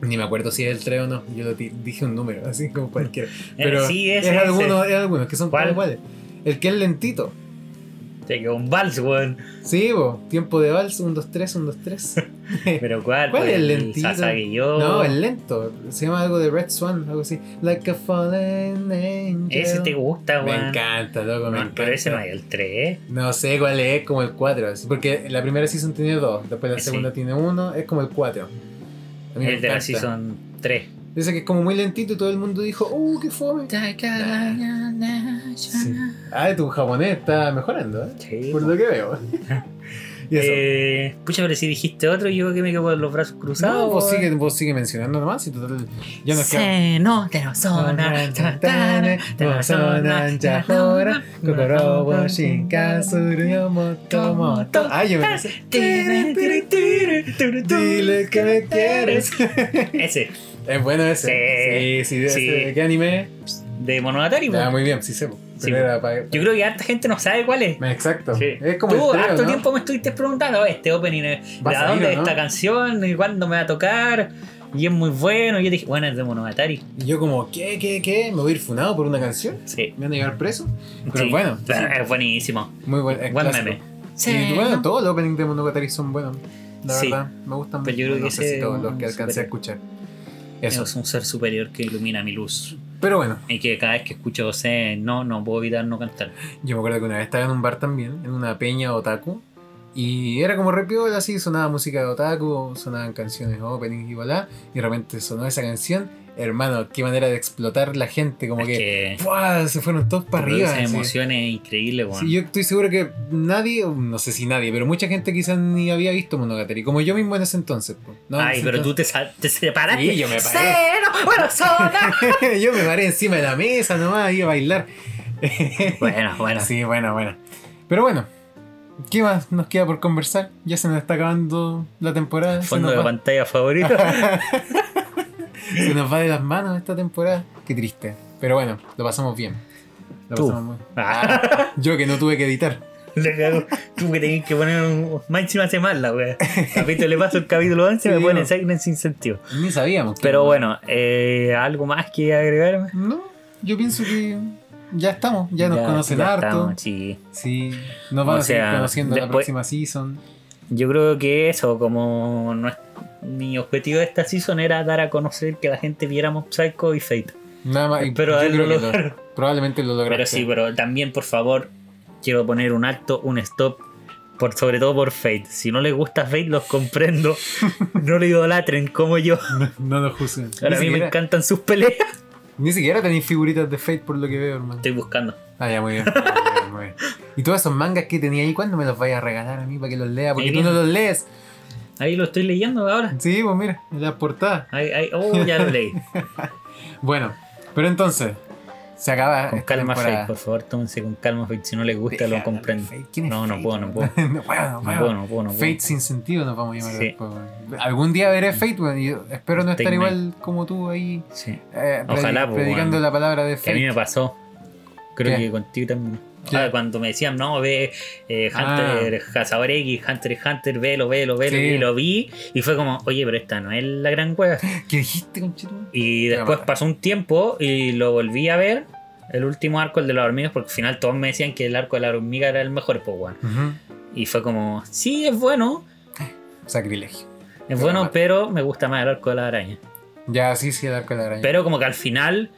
Speaker 3: Ni me acuerdo si es el 3 o no. Yo lo di- dije un número, así
Speaker 1: <laughs>
Speaker 3: como cualquiera. Pero
Speaker 1: Eh, sí, ese,
Speaker 3: es
Speaker 1: ese.
Speaker 3: alguno, es alguno, que son
Speaker 1: ¿Cuál?
Speaker 3: todos iguales. El que es lentito.
Speaker 1: tanto. Te quedó un vals, weón.
Speaker 3: Sí, bo. Tiempo de vals. 1, 2, 3, 1, 2, 3.
Speaker 1: <laughs> Pero cuál,
Speaker 3: ¿Cuál
Speaker 1: pues,
Speaker 3: es el lentito?
Speaker 1: Sasage yo.
Speaker 3: No, es lento. Se llama algo de Red Swan, algo así. Like a fallen angel.
Speaker 1: Ese te gusta,
Speaker 3: Me
Speaker 1: weón.
Speaker 3: encanta, loco, me
Speaker 1: No,
Speaker 3: encanta.
Speaker 1: pero ese no es el 3.
Speaker 3: No sé cuál es, como el 4. Porque la primera season tiene 2, después la
Speaker 1: Sí.
Speaker 3: segunda tiene 1, es como el 4.
Speaker 1: El de la season 3.
Speaker 3: Dice que es como muy lentito y todo el mundo dijo, ¡uh, qué fome! Sí. Ah, tu japonés está mejorando, ¿eh?
Speaker 1: Sí,
Speaker 3: Por
Speaker 1: po.
Speaker 3: lo que veo. <laughs> y eso.
Speaker 1: Eh, pucha, pero si dijiste otro, yo que me quedo con los brazos cruzados.
Speaker 3: No, pues vos
Speaker 1: weón.
Speaker 3: sigue, vos sigue mencionando nomás y total. Ya nos queda.
Speaker 1: Se no te lo sona, ta, ta, na, te lo sona, ya ahora, kokorobo, shinkansu,
Speaker 3: Tomoto. Ay, yo me sé.
Speaker 1: tiri, tiri, tiri, tiri,
Speaker 3: Dile que me quieres.
Speaker 1: Ese,
Speaker 3: Es bueno ese. Sí, sí, de
Speaker 1: Sí.
Speaker 3: ese- ¿Qué anime?
Speaker 1: de Monogatari.
Speaker 3: Ah,
Speaker 1: weón.
Speaker 3: muy bien, sí sé. po.
Speaker 1: Sí,
Speaker 3: Pero
Speaker 1: po.
Speaker 3: era pa-
Speaker 1: Yo creo que harta gente no sabe cuál es.
Speaker 3: Exacto.
Speaker 1: Sí.
Speaker 3: Es como
Speaker 1: Tú
Speaker 3: el trío,
Speaker 1: harto
Speaker 3: ¿no?
Speaker 1: tiempo me estuviste preguntando este opening, eh,
Speaker 3: Va a
Speaker 1: ¿de a
Speaker 3: salir,
Speaker 1: dónde es
Speaker 3: ¿no?
Speaker 1: esta canción? ¿Y ¿Cuándo me va a tocar? Y es muy bueno. Y yo dije, bueno, es de Monogatari.
Speaker 3: Y yo como, ¿qué, qué, qué? ¿Me voy a ir funado por una canción?
Speaker 1: Sí.
Speaker 3: ¿Me van a llevar preso? Pero
Speaker 1: Sí.
Speaker 3: bueno, sí,
Speaker 1: Pero es buenísimo.
Speaker 3: muy bueno. es
Speaker 1: Buen
Speaker 3: clásico.
Speaker 1: meme.
Speaker 3: Y bueno, todos los openings de Monogatari son buenos. La
Speaker 1: Sí.
Speaker 3: verdad, me gustan
Speaker 1: Pero yo creo
Speaker 3: mucho. No
Speaker 1: que
Speaker 3: sé
Speaker 1: ese
Speaker 3: si todos
Speaker 1: es
Speaker 3: los
Speaker 1: un
Speaker 3: que alcancé a escuchar. Eso.
Speaker 1: Es un ser superior que ilumina mi luz.
Speaker 3: Pero bueno,
Speaker 1: Y que cada vez que escucho Zen, no, no puedo evitar no cantar.
Speaker 3: yo me acuerdo que una vez estaba en un bar también, en una peña otaku. Y era como repiola, así, sonaba música de otaku, sonaban canciones openings y voilà. Y de repente sonó esa canción. Hermano, qué manera de explotar la gente, como
Speaker 1: es
Speaker 3: que...
Speaker 1: que
Speaker 3: ¡Fua! Se fueron todos para arriba.
Speaker 1: producen
Speaker 3: así.
Speaker 1: emociones increíbles, weón.
Speaker 3: Sí, yo estoy seguro que nadie, no sé si nadie, pero mucha gente quizás ni había visto Monogatari, como yo mismo en ese entonces. po. No, en
Speaker 1: Ay,
Speaker 3: ese
Speaker 1: pero tú
Speaker 3: entonces- <laughs>
Speaker 1: te, sa- te separaste.
Speaker 3: Sí, yo me paré.
Speaker 1: Cero, bueno,
Speaker 3: <laughs>
Speaker 1: sola.
Speaker 3: yo me paré encima de la mesa nomás, iba a bailar.
Speaker 1: bueno, bueno.
Speaker 3: sí, bueno, bueno. Pero bueno, ¿qué más nos queda por conversar? Ya se nos está acabando la temporada. Se
Speaker 1: Fondo
Speaker 3: nos,
Speaker 1: de
Speaker 3: va,
Speaker 1: pantalla
Speaker 3: <laughs>
Speaker 1: favorito.
Speaker 3: se nos va de las manos esta temporada. Qué triste. Pero bueno, lo pasamos bien. Lo
Speaker 1: Tú.
Speaker 3: pasamos muy-
Speaker 1: Ah,
Speaker 3: Yo que no tuve que editar.
Speaker 1: le cago. Tú que tenés que poner un. Más encima se mal la
Speaker 3: <laughs>
Speaker 1: wea. Capítulo le paso el capítulo 11 y me
Speaker 3: Sí,
Speaker 1: ponen
Speaker 3: no.
Speaker 1: Signen sin sentido.
Speaker 3: Ni sabíamos. que-
Speaker 1: Pero bueno, eh, ¿algo más que agregarme?
Speaker 3: No, yo pienso que ya estamos, ya nos conocen
Speaker 1: ya
Speaker 3: harto.
Speaker 1: estamos, sí.
Speaker 3: Sí, nos van
Speaker 1: O
Speaker 3: a seguir
Speaker 1: sea,
Speaker 3: conociendo la
Speaker 1: después-
Speaker 3: próxima season.
Speaker 1: Yo creo que eso, como nues- mi objetivo de esta season era dar a conocer que la gente viera Mob Psycho y Fate.
Speaker 3: Nada más. y
Speaker 1: Espero
Speaker 3: yo
Speaker 1: haberlo
Speaker 3: creo que
Speaker 1: logrado.
Speaker 3: lo- probablemente lo lograste.
Speaker 1: Pero sí, pero también, por favor, quiero poner un alto, un stop, por, sobre todo por Fate. Si no les gusta Fate, los
Speaker 3: <laughs>
Speaker 1: comprendo. no lo idolatren como yo.
Speaker 3: <laughs> No lo juzguen.
Speaker 1: Ahora a mí me
Speaker 3: siquiera,
Speaker 1: encantan sus peleas.
Speaker 3: ni siquiera tenéis figuritas de Fate por lo que veo, hermano.
Speaker 1: Estoy buscando.
Speaker 3: Ah, ya, muy bien. muy bien, muy bien. Y todos esos mangas que tenía ahí, ¿cuándo me los vais a regalar a mí para que los lea? Porque
Speaker 1: Ahí
Speaker 3: tú no
Speaker 1: viene.
Speaker 3: los lees.
Speaker 1: Ahí lo estoy leyendo ahora.
Speaker 3: Sí, pues mira, en la portada.
Speaker 1: Ahí, ahí- oh, ya lo
Speaker 3: <laughs>
Speaker 1: leí.
Speaker 3: Bueno, pero entonces, se acaba.
Speaker 1: Con
Speaker 3: esta
Speaker 1: calma,
Speaker 3: temporada.
Speaker 1: Fate. Por favor, tómense con calma, Fate. Si no les gusta,
Speaker 3: Deja de
Speaker 1: lo
Speaker 3: hablar de
Speaker 1: comprendo.
Speaker 3: Fate. ¿Quién es
Speaker 1: No, no
Speaker 3: Fate?
Speaker 1: puedo, no puedo.
Speaker 3: <laughs> no puedo, no
Speaker 1: No
Speaker 3: puedo.
Speaker 1: puedo, no puedo. no puedo.
Speaker 3: Fate sin sentido nos vamos a llamar
Speaker 1: Sí. Mm.
Speaker 3: después, weón. Algún día veré Fate, weón, y yo espero no estar
Speaker 1: Take
Speaker 3: igual como tú ahí
Speaker 1: Sí.
Speaker 3: eh, predi-
Speaker 1: Ojalá, pues,
Speaker 3: predicando
Speaker 1: weón.
Speaker 3: la palabra de
Speaker 1: Que a mí
Speaker 3: Fate.
Speaker 1: me pasó. Creo
Speaker 3: ¿Qué?
Speaker 1: que contigo también.
Speaker 3: ¿Qué? Ah.
Speaker 1: Ah, cuando me decían, no, ve eh, Hunter, Cazador X, Hunter, x Hunter, velo, velo, velo,
Speaker 3: Sí.
Speaker 1: y lo vi. Y fue como, oye, pero esta no es la gran cueva.
Speaker 3: ¿Qué dijiste, conchetumare? <laughs>
Speaker 1: Y
Speaker 3: Te va a
Speaker 1: después
Speaker 3: matar.
Speaker 1: pasó un tiempo y lo volví a ver, el último arco, el de las hormigas, porque al final todos me decían que el arco de la hormiga era el mejor, pues, weón. Y fue como, sí, es bueno,
Speaker 3: Sacrilegio.
Speaker 1: es bueno,
Speaker 3: matar.
Speaker 1: pero me gusta más el arco de la araña.
Speaker 3: Ya, sí, sí, el arco de la araña.
Speaker 1: Pero como que al final,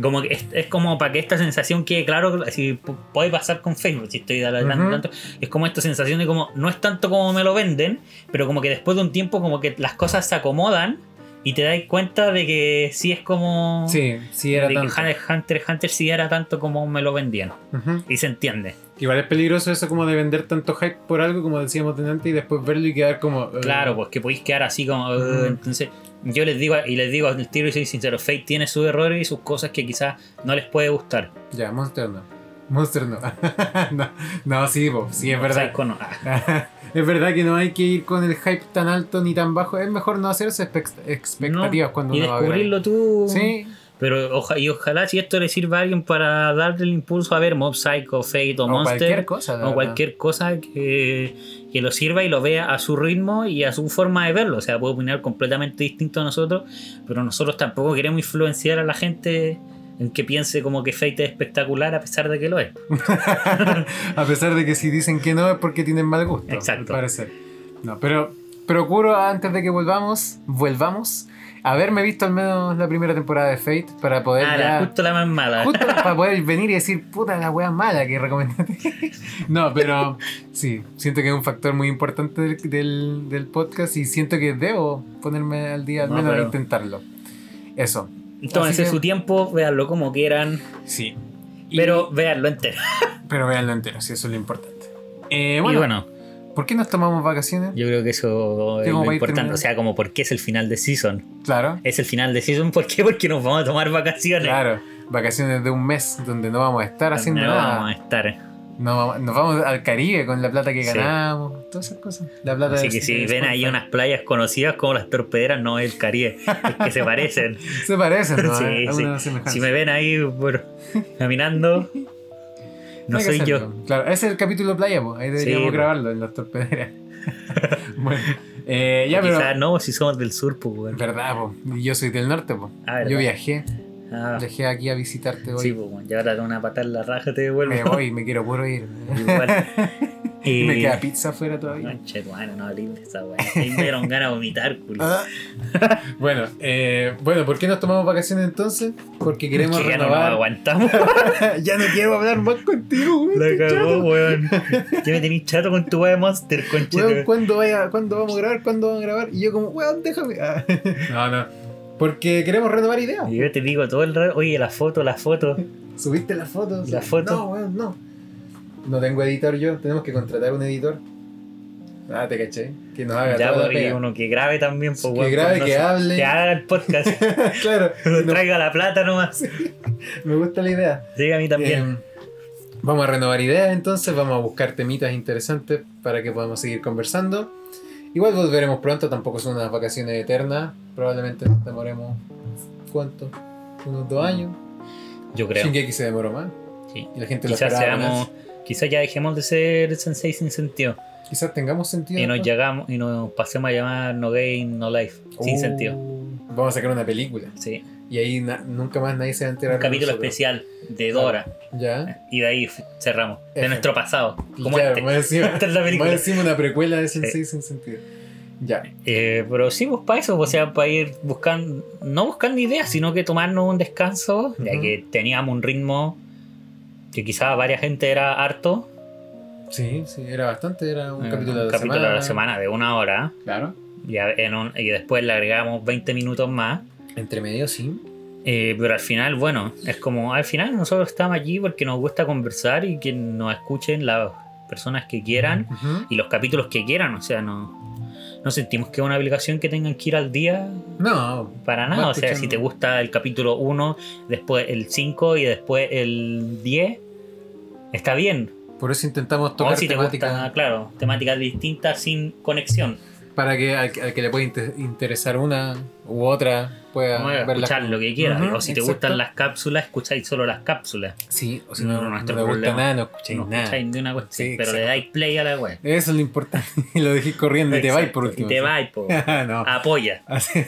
Speaker 1: como que es, es como para que esta sensación quede claro, si p- puede pasar con Facebook, si estoy hablando
Speaker 3: Ujú.
Speaker 1: tanto, es como esta sensación de como, no es tanto como me lo venden, pero como que después de un tiempo como que las cosas se acomodan y te das cuenta de que sí es como...
Speaker 3: sí, sí, era
Speaker 1: de
Speaker 3: tanto.
Speaker 1: que Hunter x Hunter x Hunter sí era tanto como me lo vendían.
Speaker 3: Ujú.
Speaker 1: Y se entiende.
Speaker 3: Igual es peligroso eso como de vender tanto hype por algo, como decíamos antes, y después verlo y quedar como. eh,
Speaker 1: Claro, pues que podéis quedar así como. "Uh",
Speaker 3: Ujú.
Speaker 1: entonces, yo les digo, y les digo al tiro y soy sincero: Fate tiene sus errores y sus cosas que quizás no les puede gustar.
Speaker 3: Ya, Monster no. Monster no. <laughs> no, no, sí, po, sí, es verdad.
Speaker 1: Psycho no. Ah,
Speaker 3: <laughs> es verdad que no hay que ir con el hype tan alto ni tan bajo. Es mejor no hacerse expect- expectativas
Speaker 1: no,
Speaker 3: cuando
Speaker 1: y
Speaker 3: uno va a ver. algo.
Speaker 1: descubrirlo tú.
Speaker 3: Sí,
Speaker 1: Pero oja- y ojalá si esto le sirva a alguien para darle el impulso a ver Mob Psycho, Fate o,
Speaker 3: o
Speaker 1: Monster.
Speaker 3: cualquier cosa. la
Speaker 1: o
Speaker 3: verdad.
Speaker 1: cualquier cosa que, que lo sirva y lo vea a su ritmo y a su forma de verlo. O sea, puede opinar completamente distinto a nosotros, pero nosotros tampoco queremos influenciar a la gente en que piense como que Fate es espectacular a pesar de que lo
Speaker 3: Pues
Speaker 1: es.
Speaker 3: <laughs> a pesar de que si dicen que no es porque tienen mal gusto.
Speaker 1: Exacto.
Speaker 3: Al parecer. No, pero procuro antes de que volvamos, volvamos, haberme visto al menos la primera temporada de Fate para poder
Speaker 1: Ah,
Speaker 3: ya-
Speaker 1: la- justo la más mala.
Speaker 3: Justo para poder venir y decir, puta la wea mala que recomendaste. <laughs> No, pero sí, siento que es un factor muy importante del, del- del podcast y siento que debo ponerme al día, al
Speaker 1: No,
Speaker 3: menos
Speaker 1: pero-
Speaker 3: intentarlo. Eso.
Speaker 1: Tómense
Speaker 3: Así que-
Speaker 1: su tiempo, véanlo como quieran,
Speaker 3: Sí.
Speaker 1: pero véanlo entero.
Speaker 3: Pero véanlo entero, si eso es lo importante. Eh,
Speaker 1: Y
Speaker 3: bueno,
Speaker 1: bueno,
Speaker 3: ¿por qué nos tomamos vacaciones?
Speaker 1: yo creo que eso es
Speaker 3: Sí, como
Speaker 1: lo
Speaker 3: para ir
Speaker 1: importante.
Speaker 3: terminando.
Speaker 1: O sea, como por qué es el final de season.
Speaker 3: Claro,
Speaker 1: Es el final de season, ¿por qué? Porque nos vamos a tomar vacaciones.
Speaker 3: claro. Vacaciones de un mes donde no vamos a estar haciendo
Speaker 1: no
Speaker 3: nada.
Speaker 1: vamos a estar.
Speaker 3: No vamos- nos vamos al Caribe con la plata que
Speaker 1: Sí.
Speaker 3: ganamos, todas esas cosas. La plata
Speaker 1: Así
Speaker 3: del-
Speaker 1: que si
Speaker 3: del
Speaker 1: ven ahí
Speaker 3: Spotify.
Speaker 1: unas playas conocidas como las torpederas, no es el Caribe, es que se
Speaker 3: <laughs>
Speaker 1: parecen.
Speaker 3: Se parecen, ¿no?
Speaker 1: <laughs> Sí,
Speaker 3: Hay
Speaker 1: sí.
Speaker 3: una semejanza.
Speaker 1: Si me ven ahí por- caminando, no
Speaker 3: Hay que
Speaker 1: soy yo.
Speaker 3: hacerlo. Claro, ese es el capítulo playa, pues. Ahí deberíamos
Speaker 1: po.
Speaker 3: grabarlo en las torpederas.
Speaker 1: <laughs>
Speaker 3: bueno, eh, ya, pero.
Speaker 1: Quizás no, si somos del sur, pues bueno.
Speaker 3: Verdad, po. Y yo soy del norte, po.
Speaker 1: Ah, verdad.
Speaker 3: Yo viajé.
Speaker 1: Ah,
Speaker 3: Viajé aquí a visitarte hoy.
Speaker 1: sí, pues bueno. Y ahora con una patada en la raja te devuelvo.
Speaker 3: me voy, me quiero puro ir.
Speaker 1: <laughs> Igual.
Speaker 3: Y
Speaker 1: Y-
Speaker 3: <laughs> me queda pizza afuera todavía.
Speaker 1: Conche, bueno, no hablé de esa weá. Ahí me dieron ganas de vomitar, culo.
Speaker 3: Ah. <laughs> bueno, eh, bueno, ¿por qué nos tomamos vacaciones entonces? Porque queremos
Speaker 1: Que ya no nos
Speaker 3: renovar. <laughs>
Speaker 1: aguantamos.
Speaker 3: ya no quiero hablar más contigo,
Speaker 1: <laughs>
Speaker 3: güey.
Speaker 1: La
Speaker 3: estoy
Speaker 1: cagó,
Speaker 3: chato.
Speaker 1: weón. Ya me tenés chato con tu weá de Monster, conche.
Speaker 3: Weón, ¿cuándo, vaya, ¿cuándo vamos a grabar? ¿Cuándo vamos a grabar? Y yo como, weón, déjame. Ah. <laughs> No, no. Porque queremos renovar ideas.
Speaker 1: Y yo te digo todo el rato, oye, la foto, la foto.
Speaker 3: ¿Subiste las fotos?
Speaker 1: ¿Las fotos?
Speaker 3: No, weón, no. No tengo editor yo. Tenemos que contratar un editor. Ah, te caché. Que nos haga
Speaker 1: Ya,
Speaker 3: toda la
Speaker 1: pues, y
Speaker 3: pega.
Speaker 1: uno que grabe también, pues,
Speaker 3: Que
Speaker 1: weón,
Speaker 3: grabe,
Speaker 1: pues,
Speaker 3: que hable.
Speaker 1: Que haga el podcast.
Speaker 3: <laughs> claro.
Speaker 1: Nos
Speaker 3: no,
Speaker 1: traiga la plata nomás.
Speaker 3: me gusta la idea.
Speaker 1: Sí, a mí también.
Speaker 3: Em, vamos a renovar ideas entonces, vamos a buscar temitas interesantes para que podamos seguir conversando. Igual volveremos pronto, tampoco son unas vacaciones eternas, probablemente nos demoremos ¿cuánto? Unos dos años.
Speaker 1: Yo creo.
Speaker 3: Shingeki se demoró más.
Speaker 1: Sí.
Speaker 3: Y la gente lo
Speaker 1: Quizás
Speaker 3: esperaba
Speaker 1: seamos.
Speaker 3: más.
Speaker 1: Quizás ya dejemos de ser sensei sin sentido.
Speaker 3: Quizás tengamos sentido.
Speaker 1: Y nos
Speaker 3: después.
Speaker 1: llegamos y nos pasemos a llamar No Game, No Life. Sin
Speaker 3: Uh,
Speaker 1: sentido.
Speaker 3: Vamos a sacar una película.
Speaker 1: Sí.
Speaker 3: Y ahí na- nunca más nadie se va a enterar.
Speaker 1: Un
Speaker 3: de
Speaker 1: capítulo
Speaker 3: nosotros.
Speaker 1: especial de
Speaker 3: Claro.
Speaker 1: Dora.
Speaker 3: Ya.
Speaker 1: Y de ahí f- cerramos. De
Speaker 3: Efe.
Speaker 1: nuestro pasado. Como
Speaker 3: Claro,
Speaker 1: este.
Speaker 3: más encima,
Speaker 1: <laughs> Esta es la película.
Speaker 3: más encima una precuela de Sensei sin sentido. Ya.
Speaker 1: Eh, pero sí, pues para eso, o sea, para ir buscando, no buscando ideas, sino que tomarnos un descanso, ya
Speaker 3: Ujú.
Speaker 1: que teníamos un ritmo que quizá a varias gente era harto.
Speaker 3: Sí, sí, era bastante, era un
Speaker 1: eh,
Speaker 3: capítulo, de, la
Speaker 1: capítulo
Speaker 3: semana.
Speaker 1: a la semana de una hora,
Speaker 3: Claro.
Speaker 1: ya en un- y después le agregamos 20 minutos más.
Speaker 3: Entre medio, sí.
Speaker 1: Eh, pero al final, bueno, es como al final nosotros estamos allí porque nos gusta conversar y que nos escuchen las personas que quieran
Speaker 3: Ujú.
Speaker 1: y los capítulos que quieran. O sea, no, no sentimos que es una obligación que tengan que ir al día
Speaker 3: No,
Speaker 1: para nada.
Speaker 3: Va
Speaker 1: O sea,
Speaker 3: escuchando.
Speaker 1: si te gusta el capítulo 1, después el 5 y después el 10, está bien.
Speaker 3: por eso intentamos
Speaker 1: O
Speaker 3: tocar
Speaker 1: si Oh, te
Speaker 3: temáticas
Speaker 1: gusta, claro, temáticas distintas sin conexión.
Speaker 3: para que al, al que le pueda inte- interesar una u otra pueda
Speaker 1: Como
Speaker 3: verla.
Speaker 1: escuchar lo que quieras.
Speaker 3: Ujú,
Speaker 1: o si te
Speaker 3: exacto.
Speaker 1: gustan las cápsulas, escucháis solo las cápsulas.
Speaker 3: Sí, o si
Speaker 1: No,
Speaker 3: no,
Speaker 1: no,
Speaker 3: no,
Speaker 1: nuestro
Speaker 3: te gusta
Speaker 1: problema.
Speaker 3: nada, no escucháis
Speaker 1: No
Speaker 3: nada.
Speaker 1: escucháis ni una cuestión,
Speaker 3: Sí,
Speaker 1: pero le
Speaker 3: exacto.
Speaker 1: dais play a la web.
Speaker 3: Eso es lo importante. <laughs> lo dejé corriendo y te vais por último.
Speaker 1: Y te
Speaker 3: sí.
Speaker 1: vais,
Speaker 3: <laughs>
Speaker 1: po.
Speaker 3: no.
Speaker 1: Apoya.
Speaker 3: Así,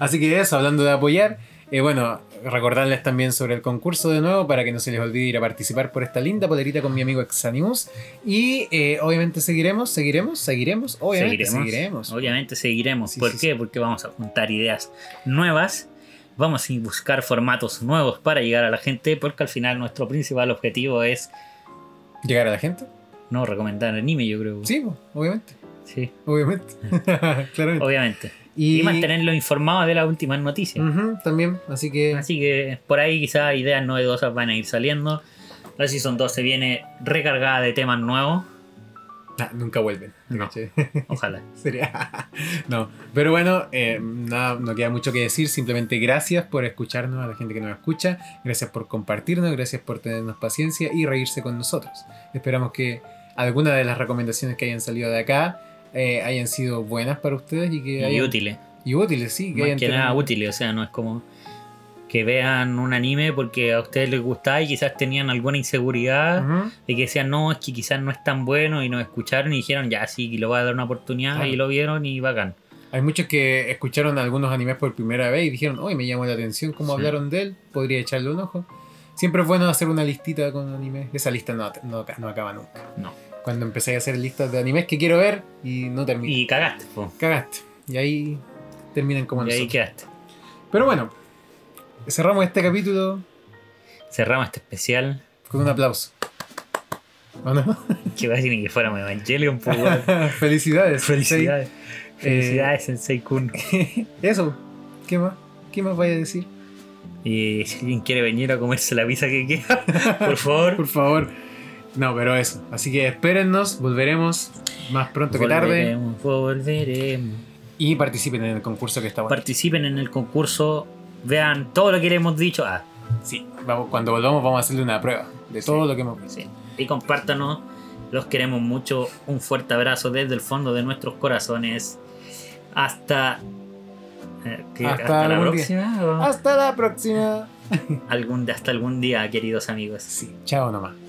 Speaker 3: así que eso, hablando de apoyar, eh, bueno, recordarles también sobre el concurso de nuevo para que no se les olvide ir a participar por esta linda polerita con mi amigo Exanimus. Y eh, obviamente seguiremos, seguiremos, seguiremos, obviamente seguiremos.
Speaker 1: Obviamente seguiremos.
Speaker 3: Sí,
Speaker 1: ¿Por
Speaker 3: sí,
Speaker 1: qué? Porque vamos a juntar ideas nuevas. Vamos a buscar formatos nuevos para llegar a la gente. Porque al final nuestro principal objetivo es
Speaker 3: ¿Llegar a la gente?
Speaker 1: no recomendar anime, yo creo.
Speaker 3: Sí, pues, obviamente,
Speaker 1: Sí,
Speaker 3: obviamente. <laughs> Claramente.
Speaker 1: obviamente. Y, mantenerlos informados de las últimas noticias.
Speaker 3: Ujú, también, así que
Speaker 1: Así que por ahí quizás ideas novedosas van a ir saliendo. La Season 2 se viene recargada de temas
Speaker 3: <laughs>
Speaker 1: nuevos.
Speaker 3: nah, nunca vuelven.
Speaker 1: No.
Speaker 3: Sí.
Speaker 1: Ojalá.
Speaker 3: Sería. <laughs> No, pero bueno, eh, nada, no queda mucho que decir. Simplemente gracias por escucharnos, a la gente que nos escucha. Gracias por compartirnos, gracias por tenernos paciencia y reírse con nosotros. Esperamos que alguna de las recomendaciones que hayan salido de acá eh, hayan sido buenas para ustedes y que
Speaker 1: Y
Speaker 3: hayan-
Speaker 1: útiles.
Speaker 3: y útiles, sí. Que
Speaker 1: más
Speaker 3: hayan
Speaker 1: que nada
Speaker 3: tenido-
Speaker 1: útiles, o sea, no es como que vean un anime porque a ustedes les gustaba y quizás tenían alguna inseguridad
Speaker 3: Ujú.
Speaker 1: de que decían, no, es que quizás no es tan bueno y nos escucharon y dijeron, ya sí, que lo voy a dar una oportunidad
Speaker 3: Claro.
Speaker 1: y lo vieron y bacán.
Speaker 3: Hay muchos que escucharon algunos animes por primera vez y dijeron, hoy me llamó la atención cómo
Speaker 1: Sí.
Speaker 3: hablaron de él, podría echarle un ojo. Siempre es bueno hacer una listita con animes. Esa lista no, no, no acaba nunca.
Speaker 1: No.
Speaker 3: Cuando empecé a hacer listas de animes que quiero ver y no terminé.
Speaker 1: Y cagaste, po.
Speaker 3: Cagaste. Y ahí terminan como
Speaker 1: y ahí
Speaker 3: nosotros.
Speaker 1: quedaste.
Speaker 3: Pero bueno, cerramos este capítulo
Speaker 1: Cerramos este especial, <laughs>
Speaker 3: con un aplauso. ¿O no?
Speaker 1: que va a decir que fuéramos Evangelion, po, weón.
Speaker 3: <laughs> Felicidades. Eh, Sensei.
Speaker 1: Felicidades. Felicidades, Sensei Kun.
Speaker 3: Eso. ¿Qué más? ¿Qué más vaya a decir?
Speaker 1: Y si alguien quiere venir a comerse la pizza que queda, <laughs> por favor.
Speaker 3: Por favor. No, pero eso. Así que espérennos, volveremos más pronto que tarde.
Speaker 1: Volveremos, volveremos.
Speaker 3: Y participen en el concurso que está bueno.
Speaker 1: participen en el concurso, vean todo lo que le hemos dicho ah,
Speaker 3: Sí, vamos- cuando volvamos vamos a hacerle una prueba de todo lo que hemos visto.
Speaker 1: sí, y compártanos. Los queremos mucho. Un fuerte abrazo desde el fondo de nuestros corazones. Hasta, eh, que-
Speaker 3: Hasta
Speaker 1: hasta la
Speaker 3: algún día. Ah.
Speaker 1: próxima. o
Speaker 3: Hasta la próxima.
Speaker 1: algún, hasta algún día, queridos amigos.
Speaker 3: Sí, chao nomás.